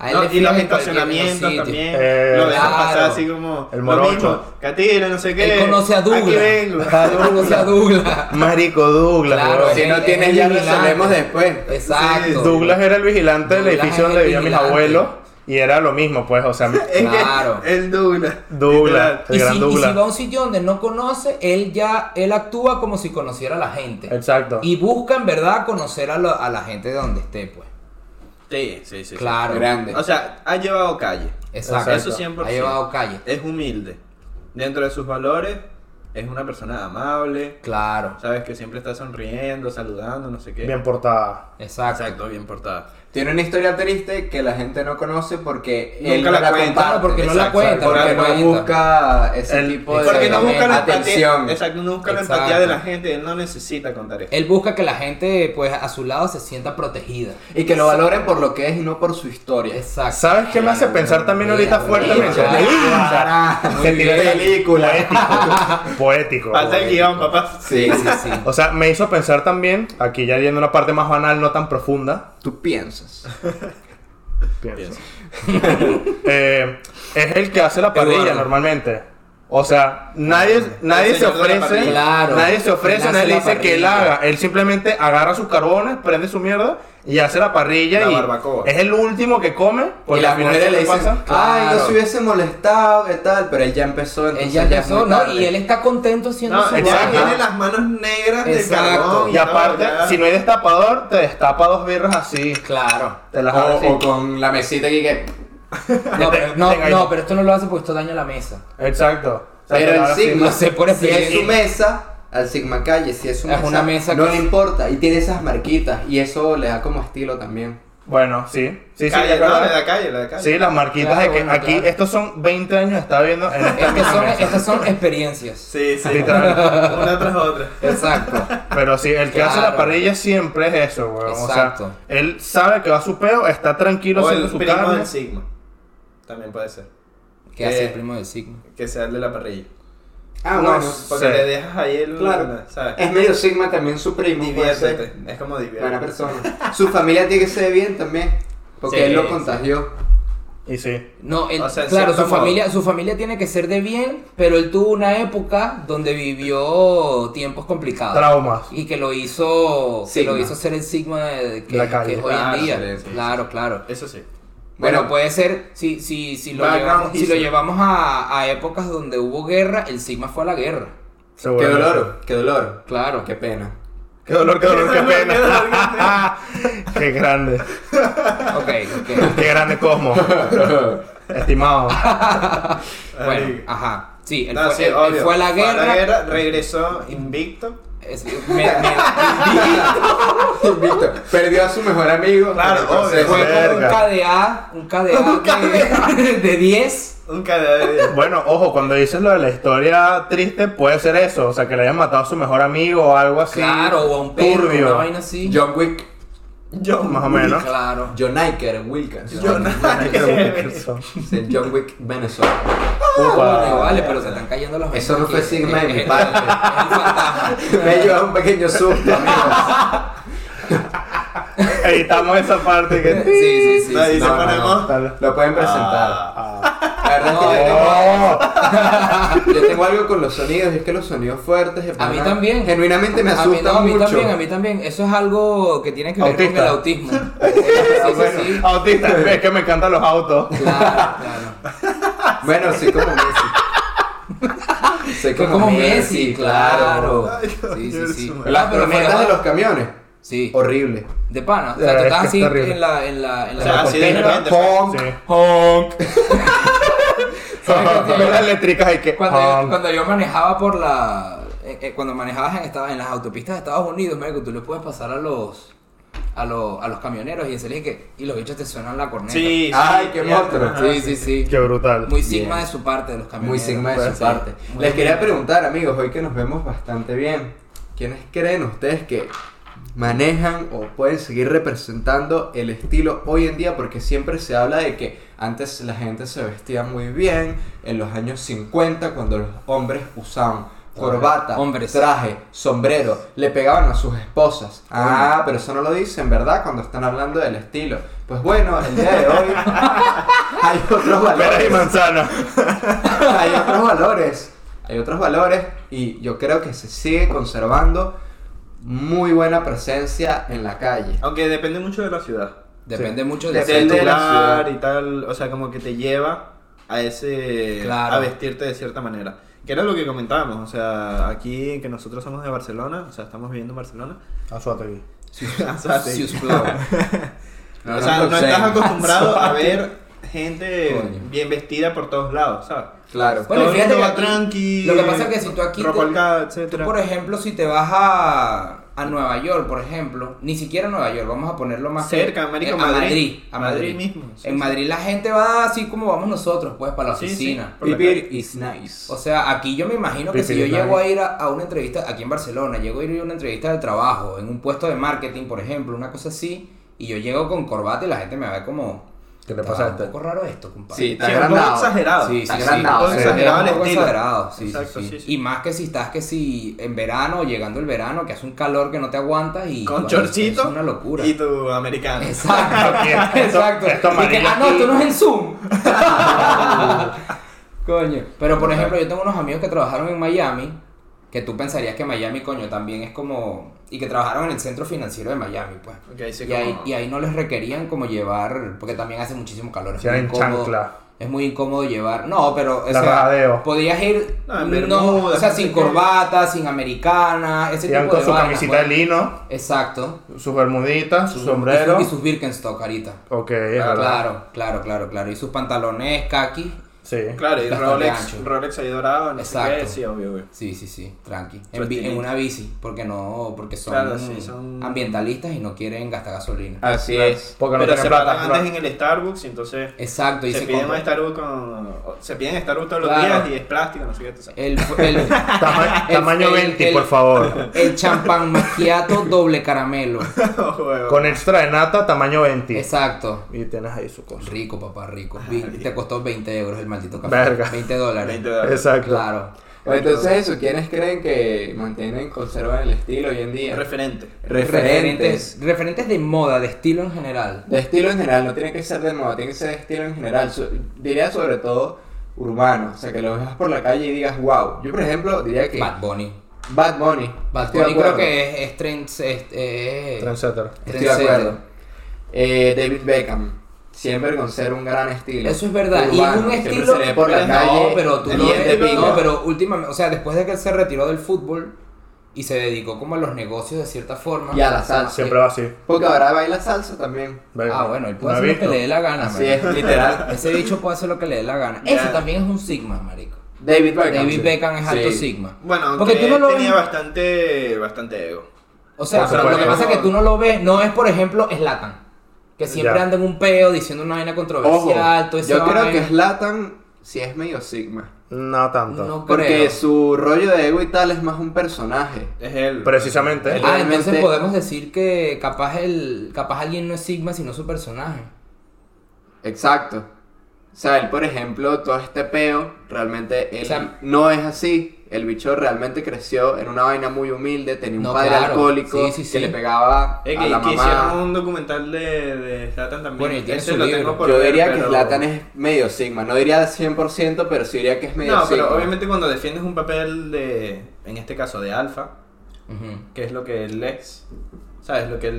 A él
No,
le
y
fían
los
en cualquier
estacionamientos
sitio.
también.
Eh,
lo dejan
claro.
pasar así como.
El
lo
morocho.
mismo, Catire, no sé qué.
Él conoce a Douglas.
Aquí vengo.
Conoce a Douglas.
Marico Douglas.
Claro,
weón.
sí.
Si no
Él-
tienes
él
ya,
es
resolvemos
vigilante.
después.
Exacto.
Douglas era el vigilante del
Douglas
edificio
es
donde
el
vivían mis
vigilante.
abuelos y era lo mismo, pues, o sea,
Es que
Claro.
El Douglas.
Douglas,
Y
el
si,
gran
y si va a
Douglas.
un sitio donde no conoce, él ya, él actúa como si conociera a la gente.
Exacto.
Y busca en verdad conocer a, lo- a la gente de donde esté, pues.
Sí, sí, sí.
Claro.
Grande.
O sea, ha llevado calle.
Exacto.
Eso 100%.
Ha llevado calle.
Es humilde. Dentro de sus valores, es una persona amable.
Claro.
Sabes que siempre está sonriendo, saludando, no sé qué.
Bien portada.
Exacto.
Exacto, bien portada.
Tiene una historia triste que la gente no conoce porque
Nunca
él no
la
la
cuenta,
comparte.
Claro, porque no la
Exacto,
cuenta.
Porque
porque
no
cuenta.
busca ese
El-
tipo de
Porque no busca la
atención.
empatía. Exacto, no busca la empatía
Exacto.
de la gente. Él no necesita contar esto.
Él busca que la gente, pues, a su lado se sienta protegida.
Y que lo valoren por lo que es y no por su historia.
Exacto.
¿Sabes qué me hace pensar también ahorita
Bien,
fuertemente?
bien,
Película.
Muy bien.
Película.
Poético.
Pasa el
poético.
guión, papá.
Sí, sí, sí.
O sea, me hizo pensar también, aquí ya yendo a una parte más banal, no tan profunda,
Tú piensas.
pienso. Eh, es el que hace la parrilla
Eduardo.
normalmente. O sea, nadie, nadie se
señor de la
ofrece,
parrilla.
Claro.
nadie se ofrece,
Él
nadie
hace
le
la
dice que él
parrilla.
haga. Él simplemente agarra sus carbones, prende su mierda y hace la parrilla
La
y
barbacoa.
es el último que come.
y
porque al
las
final
mujeres le
siempre
dicen,
pasa.
ay, no
Claro.
se hubiese molestado, qué tal, pero él ya empezó, entonces
Él ya
es
empezó,
muy
¿no?
tarde.
Y él está contento haciendo
No,
su
ella
exacto.
vaina.
tiene las manos negras del
Exacto.
carbón.
Y aparte,
todo, ya.
si no hay destapador, te destapa dos birras así.
Claro.
Te las abre así.
o, o con la mesita aquí que...
No,
te-
pero, no,
tenga ahí.
no, pero esto no lo hace porque esto daña la mesa.
Exacto. O sea, te
Pero
la
el
abre así.
Sigma,
No sé, por
si es
ejemplo.
su mesa, al Sigma Calle, si es su
Es
mesa,
una mesa
no
que-
le importa. Y tiene esas marquitas, y eso le da como estilo también.
Bueno, sí. Sí, sí,
Calle,
es
no,
verdad.
la de calle, la de calle.
Sí, las marquitas
Claro,
de que
bueno,
aquí,
claro.
estos son 20 años, está viendo en esta
Es que
misma
son,
mesa.
estas son experiencias.
Sí, sí.
Literal.
Una tras otra.
Exacto.
Pero sí, el que hace la
Claro.
parrilla siempre es eso, weón. O
Exacto.
sea, él sabe que va a su peo, está tranquilo
O
haciendo
el
su
primo
carne.
del Sigma. También puede ser.
¿Qué hace
Eh,
el primo del signo?
Que sea el de la parrilla.
Ah,
No
bueno.
sé.
Porque
Sí.
le dejas ahí el.
Claro.
¿Sabes?
Es medio Sigma también su primo. puede ser
Diviértete. Es como
Buena
diviértete.
persona. su familia tiene que ser bien también, porque
Sí,
él lo
sí.
contagió.
Y sí.
No, él-
o sea, en
claro, su
cierto modo.
familia, su familia tiene que ser de bien, pero él tuvo una época donde vivió tiempos complicados.
Traumas.
Y que lo hizo, que
Sigma.
lo hizo ser el sigma de- que,
La calle.
que es hoy
Claro,
en
Ah, sí,
día.
sí, sí.
claro, claro.
Eso sí.
Bueno,
Bueno.
puede ser, si, si, si lo
Background
llevamos, si lo
history.
llevamos a, a épocas donde hubo guerra, el sigma fue a la guerra.
Qué
seguramente.
dolor, qué dolor. Ah,
Claro.
Qué pena.
Qué dolor, qué dolor, qué
Qué dolor, qué dolor, qué
pena. Qué grande.
Ok, ok.
Qué grande Cosmo. Estimado.
Bueno,
Ay.
ajá. Sí, él,
No,
fue,
sí,
él- él
obvio.
fue a la guerra.
regresó invicto.
Es- me- me-
Invicto. Perdió a su mejor amigo.
Claro,
Entonces,
obvio.
fue con un
Verga.
KDA, un KDA, de, de 10.
Un cadáver.
Bueno, ojo, cuando dices lo de la historia triste, puede ser eso. O sea, que le hayan matado a su mejor amigo o algo así.
Claro, o a un perro,
Turbio.
una vaina así.
John Wick,
Yo.
Más o menos.
Claro.
John Iker Wilkins.
Yo nada.
Michael Wilkerson.
Es el John Wick Venezuela.
Coño, vale, pero se están cayendo los
Eso no fue
ventas aquí.
sigma de
Es-
mi
es-
parte.
Es el fantasma.
Me lleva un pequeño susto, amigos.
Editamos esa parte que.
Sí, sí, Ah, sí.
Ahí
sí.
se
no, no,
ponemos.
Lo pueden presentar.
Ah,
La verdad es que yo tengo-
Oh.
Yo tengo algo con los sonidos, y es que los sonidos fuertes. de
A mí
pana,
también.
Genuinamente me
A mí, no,
asustan
a mí
mucho.
también, a mí también. Eso es algo que tiene que ver con
Autista.
el autismo. Sí, sí,
bueno,
sí.
Oh. autista, es que me encantan los autos.
Claro, claro.
Bueno, soy como Messi. soy
Que como Messi, claro. Sí, sí, sí.
Ay,
Las
No, pero
tormentas
fuera-
de los camiones.
Sí.
Horrible.
De pana. O
La
sea, tú
verdad
estás
es que
así
está horrible.
en la, en la, en la
O sea, así de
cortina.
repente.
pues.
Honk.
Sí.
Honk. ¿Sabes qué?
Las eléctricas hay que.
Cuando, yo,
honk.
cuando yo manejaba por la. eh, eh, cuando manejabas en, esta- en las autopistas de Estados Unidos, marico, tú le puedes pasar a los. A, los- a los camioneros y decirles que. Y los bichos te suenan la corneta.
Sí,
Ay,
sí,
qué
ya.
monstruo.
Ajá.
Sí, sí, sí.
Qué brutal.
Muy sigma
Bien.
de su parte de los camioneros.
Muy sigma de su
Sí.
parte.
Muy
Les quería
bien.
preguntar, amigos, hoy que nos vemos bastante bien, ¿quiénes creen ustedes que manejan o pueden seguir representando el estilo hoy en día? Porque siempre se habla de que antes la gente se vestía muy bien, en los años 50, cuando los hombres usaban corbata,
Hombres.
traje, sombrero, le pegaban a sus esposas. Ah, pero eso no lo dicen, ¿verdad? Cuando están hablando del estilo. Pues bueno, el día de hoy hay otros
Peras y
valores
manzana.
hay otros valores. Hay otros valores y yo creo que se sigue conservando muy buena presencia en la calle.
Aunque depende mucho de la ciudad.
Depende mucho de
Depende
Depende
de
del
la
lugar
ciudad.
y tal. O sea, como que te lleva a ese.
Claro.
a vestirte de cierta manera. Que era lo que comentábamos. O sea, aquí que nosotros somos de Barcelona, o sea, estamos viviendo en Barcelona.
Azuategui.
Azate.
Sius Flow.
o sea, no estás acostumbrado a ver gente
Coño.
bien vestida por todos lados, ¿sabes?
Claro.
Bueno,
Todo el
fíjate
mundo
que
va
aquí-
tranqui.
lo que pasa es que si tú aquí
ropa
te-
holgada,
Tú,
etcétera.
por ejemplo, si te vas a, a Nueva York, por ejemplo, ni siquiera a Nueva York, vamos a ponerlo más
Cerca,
que-
marico,
eh, a
Madrid.
A
Madrid
Madrid
mismo, sí,
en
sí.
Madrid la gente va así como vamos nosotros, pues, para la
Sí, sí.
oficina.
Por la
Vivir is nice.
O sea, aquí yo me imagino que
Pipí
si yo
de
llego a
nadie.
ir a, a una entrevista, aquí en Barcelona, llego a ir a una entrevista de trabajo, en un puesto de marketing, por ejemplo, una cosa así, y yo llego con corbata y la gente me ve como...
¿Qué le
"Está
pasa a
un
este?"
poco raro esto, compadre.
Sí, está
Sí, un poco
agrandado.
exagerado.
Sí, sí,
Está
sí.
agrandado,
Sí.
sí,
exagerado
es un
el
poco
estilo.
exagerado, sí, sí,
Exacto,
sí.
sí, sí.
Y más que si estás que si en verano, llegando el verano, que hace un calor que no te aguantas y...
Con
bueno,
chorcito.
Es una locura.
Y tu americano.
Exacto,
Esto-
exacto.
esto
Y que,
amarillo
ah, no,
aquí.
esto no es en Zoom. coño. Pero por ejemplo, yo tengo unos amigos que trabajaron en Miami, que tú pensarías que Miami, coño, también es como... Y que trabajaron en el centro financiero de Miami, pues.
Ok, sí,
y,
como-
ahí, y ahí no les requerían como llevar, porque también hace muchísimo calor. Es
Si eran
muy incómodo.
chancla.
Es muy incómodo llevar. No, pero. O
La rajadeo.
Podías ir.
No,
No,
en bermuda,
o sea,
no sé
sin
qué.
corbata, sin americana, ese
Iban
tipo
con
de
su
vainas,
camisita de
pues.
lino,
Exacto.
sus bermuditas, su
Y
sombrero.
sus- Y sus Birkenstock, carita.
Ok, es
Claro,
verdad.
claro, claro, claro, Y sus pantalones kaki.
Sí.
Claro, y
Bastante
Rolex,
ancho.
Rolex ahí dorado, no sé
Exacto.
qué, sí, obvio, obvio.
Sí, sí, sí, tranqui.
Su
En, bi- en
estilito.
una bici, porque no, porque son,
Claro, sí, son-
ambientalistas y no quieren gastar gasolina.
Así es.
Porque no
Pero
tiene
se
plata.
paran
claro.
antes en el Starbucks y entonces
Exacto, y
se,
se
piden
compra-
un Starbucks con... Se piden Starbucks todos
Claro.
los días y es plástico, no sé qué. tú sabes.
El, el-
Tama-
el-
tamaño
el-
20,
el-
por favor.
el champán macchiato doble caramelo.
Oh, Huevo.
Con extra de nata, tamaño 20.
Exacto.
Y tienes ahí su cosa.
Rico, papá, rico. Vi- Te costó 20 euros el maldito café.
Verga.
20 dólares.
20 dólares.
Exacto.
Claro.
Entonces eso, ¿quiénes creen que mantienen, conservan el estilo hoy en día?
Referente.
Referentes.
Referentes de moda, de estilo en general.
De estilo en general, no tiene que ser de moda, tiene que ser de estilo en general. So- diría sobre todo urbano, o sea, que lo veas por la calle y digas, wow. Yo, por ejemplo, diría que
Bad Bunny.
Bad Bunny.
Bad
Estoy de
Bunny creo
acuerdo.
que es, es trends- es- eh,
Etcétera.
Estoy de acuerdo. Eh, David Beckham. Siempre con ser un gran estilo.
Eso es verdad.
Urbano,
y es un
siempre
estilo.
se ve por la
no,
calle.
pero tú
bien
lo
de
ves-
pinga.
No, pero últimamente. O sea, después de que él se retiró del fútbol y se dedicó como a los negocios de cierta forma.
Y a la salsa.
Siempre va así.
Porque ahora baila salsa también.
Verga.
Ah, bueno, él
No
puede
he
hacer lo
visto.
que le dé la gana.
Así es,
marico.
literal.
Ese bicho puede hacer lo que le dé la gana.
Ya.
Ese también es un Sigma, marico.
David Beckham. sí.
David Beckham es alto
Sí.
Sigma.
Bueno, aunque
Porque tú no
él
lo
tenía
ves-
bastante, bastante ego.
O sea,
Por
pero lo que
supuesto.
pasa es que tú no lo ves. No es, por ejemplo, Slatan. Que siempre
Ya.
anda en un peo diciendo una vaina
Ojo,
controversial. todo ese
yo creo
vaina.
que Slatan sí es medio Sigma.
No tanto.
No
Porque
creo.
su rollo de ego y tal es más un personaje.
Es él.
Precisamente.
Ah, entonces
Realmente-
podemos decir que capaz el capaz alguien no es Sigma sino su personaje.
Exacto. sea, él, por ejemplo, todo este peo, realmente él
O sea,
no es así. El bicho realmente creció en una vaina muy humilde, tenía un
No,
padre
claro.
alcohólico
Sí, sí, sí.
que le pegaba
Eh, que,
a la
que hicieron
mamá.
un documental de, de Zlatan también.
Bueno, y tiene
Ese
su
lo
libro.
tengo por
Yo
ver,
diría que
pero-
Zlatan es medio sigma, no diría 100%, pero sí diría que es medio
No,
sigma.
pero obviamente cuando defiendes un papel de, en este caso, de alfa,
Ujú.
que es lo que él es, ¿sabes? Lo que él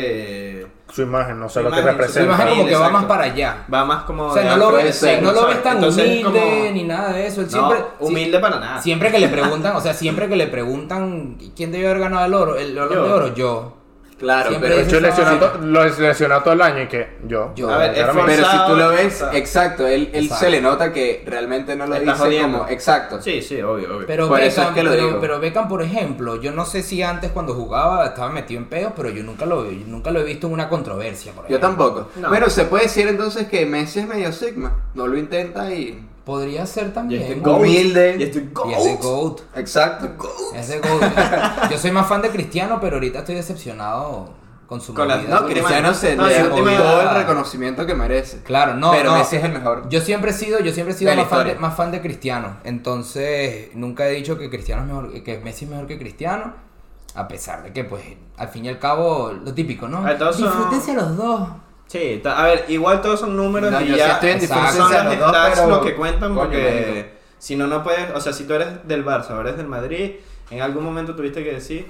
defiende
Su imagen, no sé
Su
lo que
imagen, su
Su
representa.
imagen como que va
Exacto.
más para allá.
va más como...
O sea,
de
no lo
alfa
ves,
de ser,
no lo
¿sabes?
ves tan
Entonces,
humilde
como-
ni nada de eso. Él
No,
siempre,
humilde para nada.
Siempre que le preguntan, o sea, siempre que le preguntan quién debió haber ganado el oro, el oro
Yo.
de oro, yo.
Claro,
Siempre
pero,
es-
Yo
esa
lesionado,
vaina.
to- lo lesionado todo el año y que yo.
Yo.
A ver, es
claramente.
pero si tú lo ves,
Exacto.
exacto, él, él
Exacto.
se le nota que realmente no lo
Está
dice
jodiendo.
como exacto.
Sí, sí, obvio, obvio.
Pero
Por
Beckham,
eso es que lo
pero,
digo.
pero Beckham, por ejemplo, yo no sé si antes cuando jugaba estaba metido en pedos, pero yo nunca lo, yo nunca lo he visto en una controversia. Por
Yo
ejemplo.
tampoco.
No.
Bueno, se puede decir entonces que Messi es medio sigma, no lo intenta y
Podría ser también.
este
¿no?
Goat.
humilde.
Y estoy
Y ese GOAT.
Exacto.
Ese GOAT. yo soy más fan de Cristiano, pero ahorita estoy decepcionado con su
Con la-
movida.
No,
Última-
Cristiano se
no,
le
y
da
última-
todo el reconocimiento que merece.
Claro, no,
pero
no.
Messi es el mejor.
Yo siempre he sido, yo siempre he sido
De la
más fan, de,
historia.
más fan de Cristiano. Entonces, nunca he dicho que Cristiano es mejor, que Messi es mejor que Cristiano. A pesar de que, pues, al fin y al cabo, lo típico, ¿no?
Ah, todos son-
Disfrútense los dos.
Sí, ta- a ver, igual todos son números
No,
y
yo
ya
sí estoy en
exacto,
diferencia
son
de
las
los dos,
stats
pero-
lo que cuentan
Coño,
porque si no, no puedes, o sea, si tú eres del Barça o eres del Madrid, en algún momento tuviste que decir,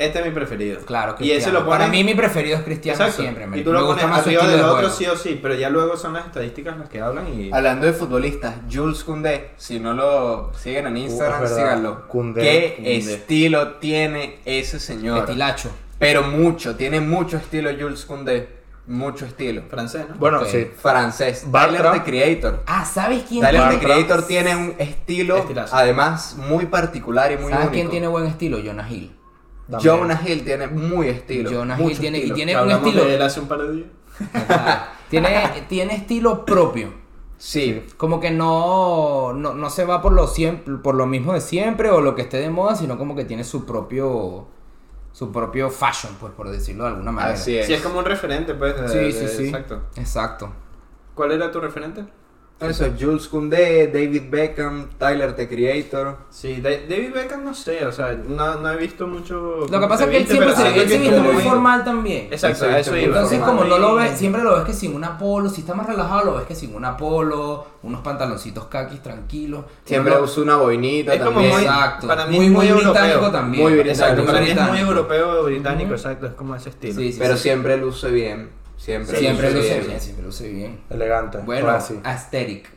este es mi preferido.
Claro,
y
Cristiano.
ese lo pones,
Para mí, mi preferido es Cristiano
exacto,
siempre.
y
marico.
tú lo
Me
pones
gusta más su
arriba
estilo de
del otro
juego.
sí o sí, pero ya luego son las estadísticas las que hablan y...
Hablando de futbolistas, Jules Koundé, si no lo siguen en Instagram,
Uh, es verdad.
síganlo.
Koundé,
Qué
Koundé.
estilo tiene ese señor.
Estilacho.
Pero mucho, tiene mucho estilo Jules Koundé, mucho estilo.
Francés, ¿no?
Bueno,
Ok.
sí.
Francés, Tyler
Bartra.
the Creator.
Ah, ¿sabes quién?
Tyler the
Bartra.
Creator tiene un estilo
Estilazo.
además muy particular y muy
¿Sabes
único.
quién tiene buen estilo? Jonah Hill.
También.
Jonah Hill tiene muy estilo.
Jonah
mucho
Hill tiene, y
estilo.
tiene
Que
un
hablamos
estilo.
de él hace un par de días.
Ajá. tiene, tiene estilo propio.
Sí,
Como que no, no, no se va por lo siempre, por lo mismo de siempre o lo que esté de moda, sino como que tiene su propio su propio fashion, pues por decirlo de alguna manera.
así es.
Sí, es como un referente, pues. de-
Sí,
de-
sí, sí.
Exacto.
Exacto.
¿Cuál era tu referente?
Eso, Jules Koundé, David Beckham, Tyler the Creator.
Sí, Da- David Beckham no sé, o sea, no, no he visto mucho...
Lo que pasa es que él
entrevista,
siempre se,
pero siento
él se
que
viste
todo
muy
bien.
formal también.
Exacto, a eso iba.
Entonces,
Formal.
como no lo ves, siempre lo ves que sin un apolo, si está más relajado, lo ves que sin un apolo, unos pantaloncitos caquis tranquilos.
Siempre
Uno-
usa una boinita
Es como
también.
muy-
Exacto.
para mí
muy,
es
muy,
muy
británico
europeo.
también.
Muy británico.
Exacto, para mí es muy
británico.
europeo británico,
Ujú.
exacto, es como ese estilo.
Sí, sí,
Pero
sí.
siempre luce bien. Siempre,
Siempre luce bien, siempre luce bien.
Elegante.
Bueno,
classy.
aesthetic.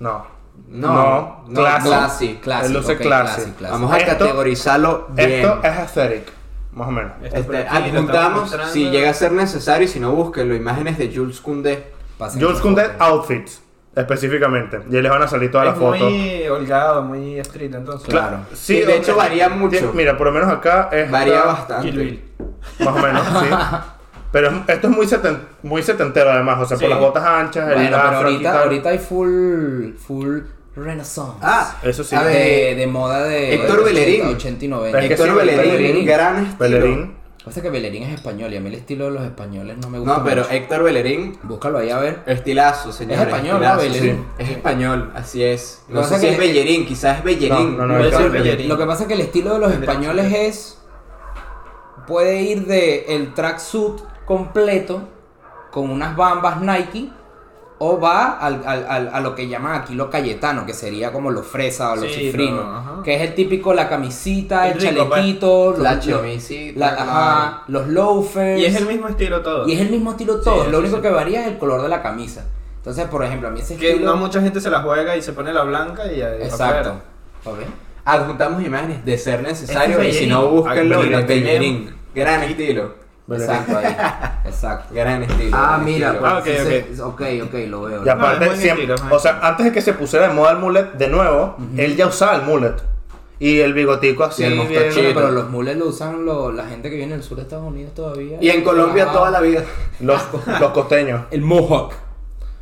No.
No,
No,
no,
classy.
classy.
Classic,
Él luce
ok,
classy.
classic, classic.
Vamos a
Esto-
categorizarlo bien.
Esto es aesthetic, más o menos.
Este,
por aquí, lo estamos
adjuntamos,
mostrando.
si llega a ser necesario, y si no, búsquenlo. Imágenes de Jules Koundé.
Pasen
Jules
por
Koundé
favor.
outfits, específicamente. Y ahí les van a salir todas
Es
las fotos.
muy holgado, muy street, entonces.
Claro.
Sí, de hecho,
ok.
varía mucho.
Tien- Mira, por lo menos acá es.
Varía
la-
bastante.
Kill Bill.
Más o menos, sí. Pero es- esto es muy, seten- muy setentero, además. O sea,
Sí.
por las botas anchas, el
Bueno, pero
afro aquí y
ahorita,
tal.
ahorita hay full, full renaissance.
Ah,
Eso sí.
a
de,
ver,
de moda de
Héctor Bellerín.
80 y 90.
Es que
Héctor
sí,
Bellerín,
Bellerín.
gran estilo.
Pelerín.
Pasa que Bellerín es español y a mí el estilo de los españoles no me gusta.
No, pero
mucho.
Héctor Bellerín,
búscalo ahí a ver.
estilazo, señor.
español, ¿no? Bellerín.
Es español, así es.
Lo
No
que
sé
pasa
si
que-
es Bellerín, quizás es Bellerín.
No, no,
Puede
Héctor
ser
Bellerín.
Bellerín.
Lo que pasa es que el estilo de los españoles es puede ir de el tracksuit completo con unas bambas Nike o va al, al- al- a lo que llaman aquí lo cayetano, que sería como los fresa o los
Sí,
cifrinos,
no, ajá.
que es el típico la camisita, el,
El rico, pues.
chalequito, los-
La
los-
chemisita,
la- ajá,
claro.
los loafers.
Y es el mismo estilo todo.
y es el mismo estilo todo,
Sí,
lo
sí,
único
sí.
que varía es el color de la camisa. Entonces, por ejemplo, a mí ese
que
estilo
no mucha gente se la juega y se pone la blanca y ahí
Exacto.
afuera.
¿Ok?
Adjuntamos imágenes de ser necesario
Este
y
es
si no,
Bellerín.
búsquenlo.
Ah, Bellerín.
Bellerín, gran estilo.
Bellerín.
Exacto, ahí. Exacto.
Gran estilo.
Ah,
gran
mira,
estilo.
pues,
Ah, ok,
sí se- ok, ok, lo veo.
Y aparte,
es buen
siempre-
estilo, es buen
o sea, antes de que se pusiera de moda el mullet de nuevo, él ya usaba el mullet. Y el bigotico así.
Y el
bien-
mostachito.
Bueno, pero los mules lo usan lo- la gente que viene del sur de Estados Unidos todavía.
Y en Colombia
Ah,
toda la vida.
los, los costeños.
El mohawk.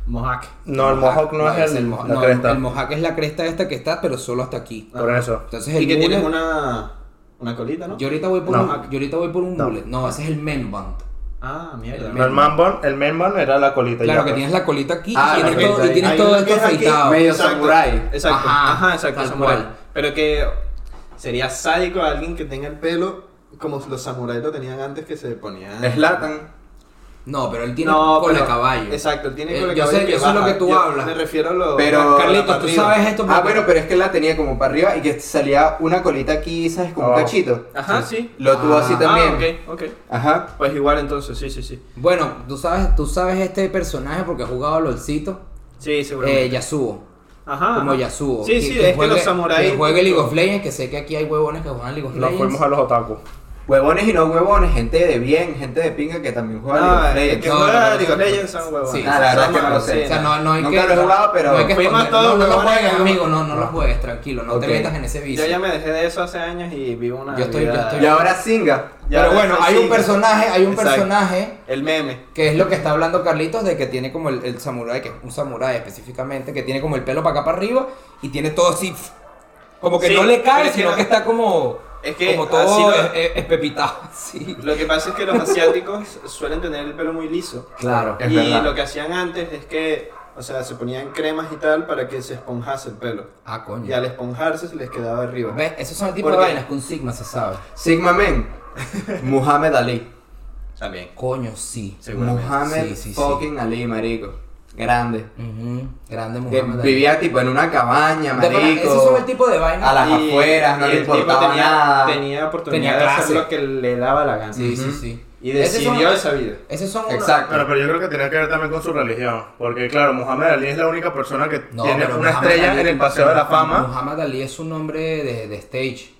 Mohawk.
No, el mohawk no es el,
mohawk.
la
No,
cresta.
el mohawk es la cresta esta que está, pero solo hasta aquí.
Por eso.
Entonces el
Y que
mullet-
tienes una, una colita, ¿no?
Yo ahorita voy por
No.
un, yo ahorita voy por un
No.
mullet. No, ese es el men band.
Ah, mierda.
No, el manbon, el manbon era la colita. y
Claro
ya,
que
pues.
tienes la colita aquí
Ah,
y tienes
la
todo,
colita
y
ahí.
tienes
Hay
todo
uno
esto
que es aquí,
afeitado.
medio
Exacto,
samurái.
Exacto.
Ajá,
Ajá, exacto,
tal
samurái.
cual.
Pero que sería sádico alguien que tenga el pelo como los samuráis lo tenían antes que se ponían.
Slatan.
No, pero él tiene
No,
cola de
pero-
caballo.
Exacto, él tiene
Eh,
cola de
yo sé-
caballo. que
yo sé lo
baja.
que tú
Yo
hablas.
Me refiero a lo.
Pero-
a la
Ah, Carlitos, tú
arriba.
sabes esto
Ah,
porque-
bueno, pero es que la tenía como para arriba y que salía una colita aquí, ¿sabes? Como un
Abajo.
cachito.
Ajá, sí.
Lo tuvo
Oh. Ah,
así
Ah,
también.
ok, ok.
Ajá.
Pues igual entonces, sí, sí, sí.
Bueno, tú sabes, tú sabes este personaje porque ha jugado a LOLcito,
Sí,
eh,
seguramente.
Yasuo.
Ajá.
Como Yasuo.
Ah, Sí,
que-
sí,
que
es que
juegue-
los samuráis.
Que juegue League of Legends, que sé que aquí hay huevones que juegan League of
Nos
Legends.
fuimos a los otaku.
Huevones y no huevones, gente de bien, gente de pinga que también juega. League
Ah,
of Legends.
que
No, eh,
juega
no, no,
League of
no.
Legends son huevos.
Ah,
Sí,
la verdad es que no lo sé.
O sea, no, no hay
Nunca
que.
lo he jugado, pero
No hay que
fuimos
esconder-
todos
no, no, lo
huevones,
juegues,
¿no?
amigo. No, no lo juegues, tranquilo. No
Ok.
te metas en ese vicio.
Yo ya me dejé de eso hace años y vivo una.
Yo estoy- yo
vida-
Y ahora Singa.
Ya
pero bueno,
ahora
hay
sí.
un personaje, hay un
Exacto.
personaje
El meme.
que es lo que está hablando Carlitos de que tiene como el, el samurái, que es un samurái específicamente, que tiene como el pelo para acá para arriba y tiene todo así. pf, Como que
Sí,
no le
pero
cae,
es que
sino
no-
que está como.
es que
como
así
todo
lo-
es- es- espepitado. Sí.
Lo que pasa es que los asiáticos suelen tener el pelo muy liso.
Claro, es
y
verdad.
lo que hacían antes es que, o sea, se ponían cremas y tal para que se esponjase el pelo.
Ah,
Y
coño.
al esponjarse se les quedaba arriba.
¿Ves? Esos son el tipo de
Porque-
vainas que un Sigma se sabe.
Sigma Men. Muhammad Ali.
También.
Coño, sí.
Muhammad
Sí, sí, sí.
fucking Ali, marico. Grande.
Ujú, Grande
Que
Muhammad. Ali.
vivía tipo en una cabaña,
De verdad,
marico.
Esos son el tipo de vainas.
A las afueras, no le importaba
tenía,
nada.
Tenía oportunidad
Tenía
de
clase.
hacer lo que le daba la gana.
Sí,
Ujú.
sí, sí.
Y
Esos son-
decidió esa vida.
Esos son unos-
Exacto.
Pero, pero yo creo que tiene que ver también con su religión. Porque, claro, Muhammad Ali es la única persona que
No,
tiene
pero
una
Muhammad
estrella
Ali-
en el Paseo de la Fama.
Muhammad Ali es un nombre de, de stage.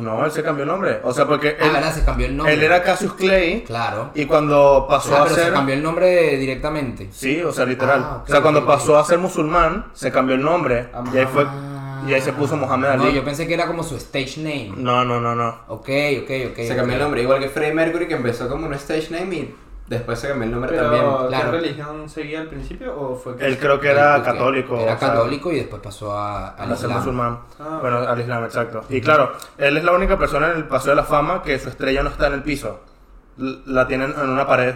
No, él se cambió el nombre. O sea, porque
Ah,
él,
verdad, se cambió el nombre.
él era Cassius Clay.
Claro.
Y cuando pasó
Ah,
a
pero se
ser.
cambió el nombre directamente.
Sí, o sea, literal.
Ah, ok,
o sea, cuando
ok,
pasó a ser musulmán, se cambió el nombre.
Ah,
y ahí fue.
Ah.
Y ahí se puso Muhammad Ali.
No, yo pensé que era como su stage name.
No, no, no, no.
Ok, ok, ok.
Se cambió el
ok.
nombre, igual que Freddie Mercury que empezó como un stage name y después se cambió el nombre
Pero,
también.
claro.
¿qué religión seguía al principio o fue que
Él creo que era
Ok, ok.
católico.
Era
o sea,
católico y después pasó a, al
al ser
Islam.
musulmán.
Ah,
bueno, al Islam, exacto. Y claro, él es la única persona en el Paseo de la Fama que su estrella no está en el piso. L- La tienen en una pared.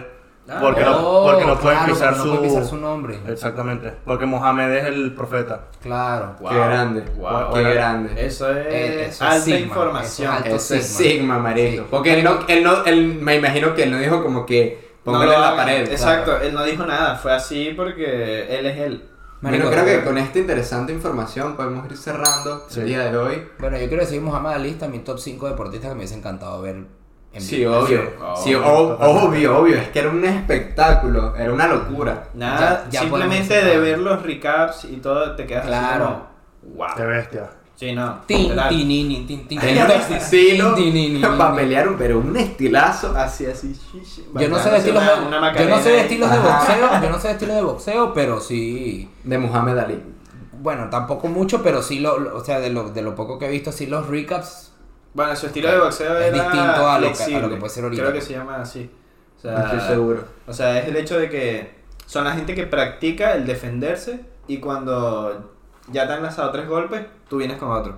Ah,
porque, no,
Oh,
porque no pueden
claro,
pisar,
porque
su...
no pueden pisar su nombre.
Eh.
Exactamente. Porque Mohamed es el profeta.
Claro.
Qué grande,
Wow.
qué grande.
Eso es
Eh, eso es
alta
Sigma,
información.
eso es alto.
Eso es
Sigma.
Sigma, marico.
Sí.
Porque él no, él no, él, me imagino que él no dijo como que
No
póngale
lo
en la
hagan.
pared.
Exacto, él no dijo nada, fue así porque él es él.
Bueno,
Marico,
creo que con esta interesante información podemos ir cerrando el día de hoy.
Bueno, yo quiero decir Muhammad Ali es también top 5 deportistas que me hubiese encantado ver en
Sí,
vivo.
obvio. Sí,
Obvio,
ob-
totalmente.
obvio, obvio. Es que era un espectáculo, era una locura.
Nada,
Ya- ya
simplemente
podemos
de
entrar.
ver los recaps y todo te quedas así
Claro.
como, wow.
Qué bestia.
Sí, no.
Tin,
literal.
tin, nin, nin, tin, tin,
Tenía un
tin,
estilo
tin, tin, nin, nin,
para
nin.
pelear, pero un estilazo.
Así, así. shi, shi,
Yo no
bailando,
sé de estilos
una-
de,
una
yo no sé de
Macarena
estilos de boxeo, yo no sé de estilos de boxeo, pero sí,
De Muhammad Ali.
bueno, tampoco mucho, pero sí lo, lo- o sea, de lo, de lo poco que he visto, sí los recaps.
ahí. Bueno, su estilo de boxeo
Es
era
distinto a lo que- a lo
flexible,
que puede ser ahorita.
Creo que se llama así. O sea,
No estoy seguro.
O sea, es el hecho de que son la gente que practica el defenderse y cuando ya te han lanzado tres golpes, tú vienes con otro.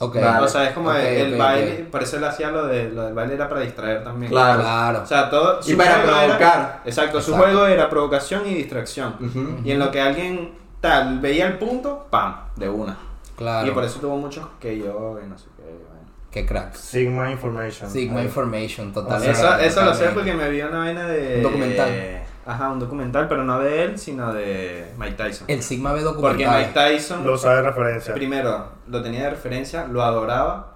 Ok.
Vale.
O sea, es como
Ok,
el, el
ok,
baile,
ok.
por eso él hacía lo, de, lo del baile era para distraer también.
Claro.
Claro.
O sea, todo...
Y
su
para
juego era-
provocar.
exacto, su
Exacto.
juego era provocación y distracción.
Ujú.
Y en lo que alguien tal veía el punto, ¡pam! De una.
claro.
Y por eso tuvo muchos que yo y no sé qué. Bueno.
Qué cracks.
Sigma Information.
Sigma
Ahí.
Information,
O
total.
sea,
Eso, eso lo sé
totalmente.
porque me vi una vaina de...
Un documental.
Ajá, un documental, pero no de él, sino de Mike Tyson.
El Sigma ve
Porque Mike
documentales.
Tyson...
Lo sabe de referencia.
Primero, lo tenía de referencia, lo adoraba.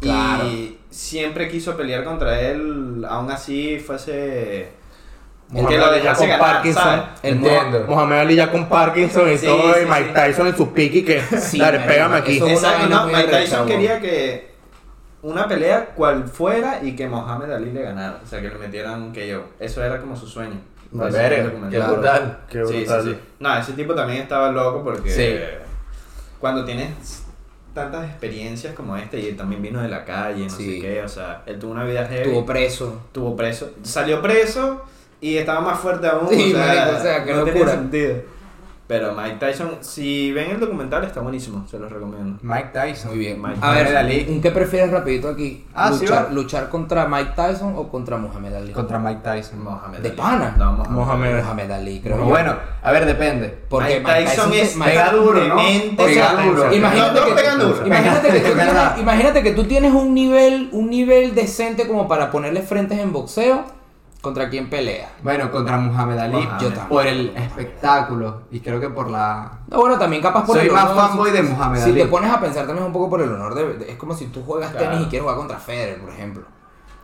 Claro.
Y siempre quiso pelear contra él, aún así fuese.
Muhammad
que lo
Ali
dejase ganar, ¿sabes?
El
Mo-
Entiendo.
Mohamed Ali ya con Parkinson y
Sí,
todo.
sí,
y Mike
sí.
Tyson en su pique que.
Sí,
dale,
marico,
pégame aquí.
eso- Tuvo una
Exacto,
vaina
no,
muy
Mike
arrecha,
Tyson
weón.
quería que una pelea cual fuera y que Mohamed Ali le ganara, o sea, que le metieran un KO. Eso era como su sueño.
Vale,
Ese
Verga, qué
documental.
Claro.
brutal.
Qué
Sí, sí,
brutal.
sí. No, ese tipo también estaba loco porque
Sí.
cuando tienes tantas experiencias como esta y él también vino de la calle, no
Sí.
sé qué, o sea, él tuvo una vida heavy.
Estuvo preso.
Estuvo preso. Salió preso y estaba más fuerte aún.
Sí,
o sea,
marico, o sea, qué
no
locura.
tiene sentido. Pero Mike Tyson, si ven el documental, está buenísimo, se los recomiendo.
Mike Tyson.
Muy bien.
Mike
a
Tyson.
ver,
Ali.
¿un qué prefieres rapidito aquí?
Ah, sí,
luchar,
va.
¿Luchar contra Mike Tyson o contra Muhammad Ali?
Contra Mike Tyson.
Mohamed
¿De
Ali.
pana?
No, Mohamed.
Mohamed.
Muhammad Ali, creo
Pero
yo.
bueno, a ver, depende.
porque
Mike Tyson
te-
es
Mike-
Pega duro, ¿no?
Demente,
Pega
Tyson.
duro.
Imagínate,
No, no
que,
pegan duro.
imagínate, que tú
Es verdad.
tienes, imagínate que tú tienes un nivel, un nivel decente como para ponerle frentes en boxeo contra quien pelea.
Bueno, contra Muhammad Ali.
Mohamed.
Yo también.
Por el espectáculo. Y creo que por la.
No, bueno, también capaz por
Soy
el
más
honor.
fanboy de Muhammad
si
Ali.
te pones a pensar también es un poco por el honor de, de- es como si tú juegas tenis y quieres jugar contra Federer, por ejemplo.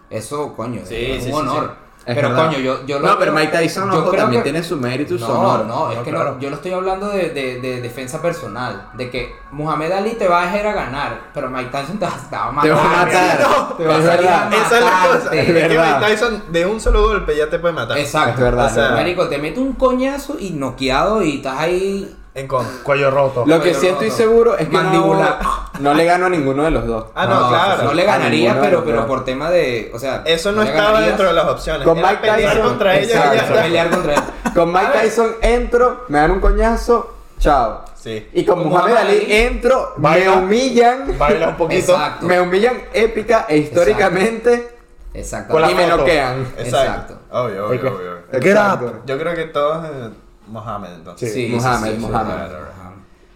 Eso, coño,
Sí,
es
sí,
un
sí,
honor.
sí.
Es
Pero
verdad.
coño, yo, yo lo
no, pero
creo-
Mike Tyson
yo
ojo,
creo
también
que-
tiene su mérito y su
no,
honor.
no, es
No,
que
claro.
no, yo lo estoy hablando de, de- de defensa personal, de que Muhammad Ali te va a dejar a ganar, pero Mike Tyson te va, te va a matar.
Te va a matar.
No,
te va a
es
salir a
verdad.
Esa es la cosa.
matarte.
Es
Es que
verdad.
Mike Tyson de un solo golpe ya te puede matar.
Exacto,
Es verdad,
O
es
sea,
verdad.
marico, te mete un coñazo y noqueado y estás ahí.
En contra.
Cuello roto.
Lo que
Pero
sí
no,
estoy
no.
seguro es que
Mandíbula.
no, no le gano a ninguno de los dos.
Ah, no, claro.
No le
A
ganaría,
ninguno
pero,
de los
pero
dos.
por tema de. O sea,
Eso no
le
estaba
ganarías.
dentro de las opciones.
Con
Era
Mike
pelear
Tyson,
contra ella y
exacto.
ya está.
Pelear contra él.
Con Mike
A ver.
Tyson entro, me dan un coñazo, chao.
Sí.
Y con
Con
Muhammad
Muhammad
Ali
Ali,
entro,
baila.
me humillan,
Baila un poquito.
Exacto.
me humillan épica e históricamente.
Exacto.
Con la
y me
foto.
noquean.
Exacto. Obvio,
Ok.
obvio, obvio. obvio.
Get
Exacto.
up.
Yo creo que todos eh, Mohamed entonces.
Sí,
Muhammad, Muhammad.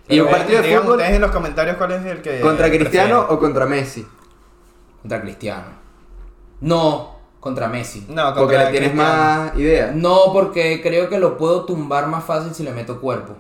Y un
Pero,
partido de
digan
fútbol
ustedes en los comentarios cuál es el que
contra Cristiano
prefieren.
o contra Messi.
Contra Cristiano. No, contra Messi.
No, contra
Porque le tienes
Cristiano.
más idea.
No, porque creo que lo puedo tumbar más fácil si le meto cuerpo.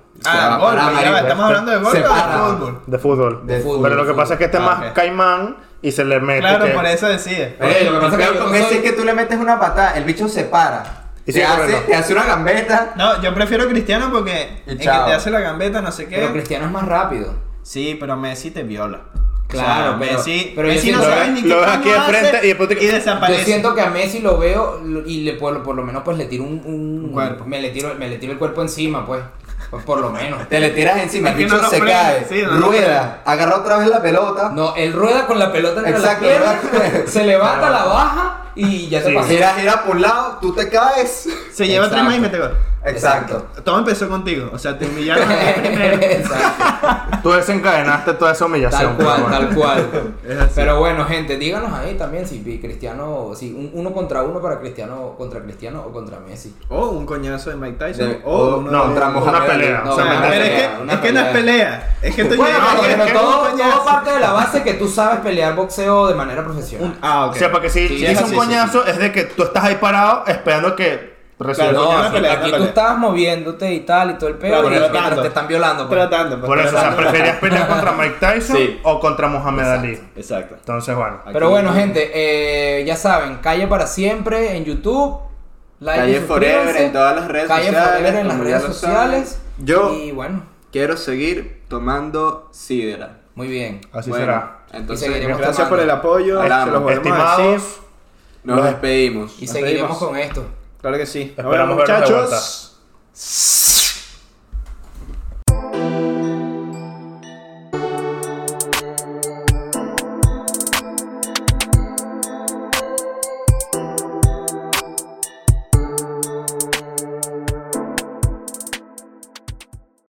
Para-
Ah, golpe,
para
ya
marico,
va, estamos hablando de golpe o
se
de
para.
fútbol.
De fútbol.
De
fútbol.
Pero lo que pasa es que este es
Ah,
más
ok.
caimán y se le mete.
Claro,
Este que-
por eso decide.
Eh, lo que pasa es que
yo
con
no
Messi
soy-
es que tú le metes una patada, el bicho se para. te,
Y sigue
hace,
corriendo.
te hace una gambeta.
No, yo prefiero Cristiano porque
Y
en que te
chao.
hace la gambeta, no sé
Pero
qué.
Cristiano es más rápido.
Sí, pero Messi te viola.
Claro,
O sea,
pero-
Messi,
pero yo
Messi
siento-
no
Lo
sabe
ve-
ni qué
lo ves
coño
aquí de
hace
frente y después te-
y
Yo
desaparece.
siento que a Messi lo veo lo- y le por, por lo menos pues le tiro un, un-
Un cuerpo.
Me le tiro, me le tiro el cuerpo encima, pues. Pues por lo menos.
Te le tiras encima,
Es
el
que
bicho
no lo
se
frena,
cae,
sí, no lo
rueda, agarra otra vez la pelota.
No, él rueda con la pelota entre las
Exacto, ¿verdad?
piernas, se levanta, la baja y ya te
Sí.
pasó.
Gira, gira por un lado, tú te caes.
Se lleva tres
Exacto.
más y mete gol.
Exacto.
Todo empezó contigo. O sea, te humillaron a ti primero.
Exacto.
Tú desencadenaste toda esa
Tal
humillación.
cual,
pero bueno.
tal cual.
Es así.
Pero bueno, gente, díganos ahí también si Cristiano, si un- uno contra uno para Cristiano, contra Cristiano o contra Messi.
O Oh, un coñazo de Mike Tyson.
De- oh,
o
o-
uno
No,
de-
Contra Muhammad
una
Ali.
pelea.
No,
o sea,
una
me-
pero
pelea,
es que,
una
es que no es pelea. Es que estoy
Bueno,
llegando-
pero,
es que
todo,
un
todo
coñazo.
parte de la base que tú sabes pelear boxeo de manera profesional.
Un- ah, ok.
O sea, porque si
Sí,
dice
es
un
así, sí,
coñazo es de que tú estás ahí parado esperando que reciba.
Claro,
No,
una
aquí-
pelea, una
aquí tú
pelea.
estabas moviéndote y tal y todo el pedo
Claro,
y
pero
mientras
tanto.
te están violando. pues.
Tratando. pues,
Por eso, o sea,
tratando.
preferías pelear contra Mike Tyson
Sí.
o contra Muhammad Ali.
Exacto.
Entonces, bueno.
Pero
Aquí-
bueno, gente, eh, ya saben, Calle para siempre en YouTube. like y
Calle
suscríbanse.
Forever en todas las redes
Calle
sociales,
Forever en las
como
redes
ya lo saben.
sociales.
Yo-
Y bueno,
Quiero seguir tomando sidra.
muy bien.
Así
Bueno,
será.
Entonces,
Y seguiremos.
Gracias por el apoyo.
Hablamos.
Se los volvemos a decir.
Estimados,
nos despedimos.
Y seguiremos
pedimos.
con esto.
Claro que sí. Nos
Esperamos
vemos,
verlos de
muchachos.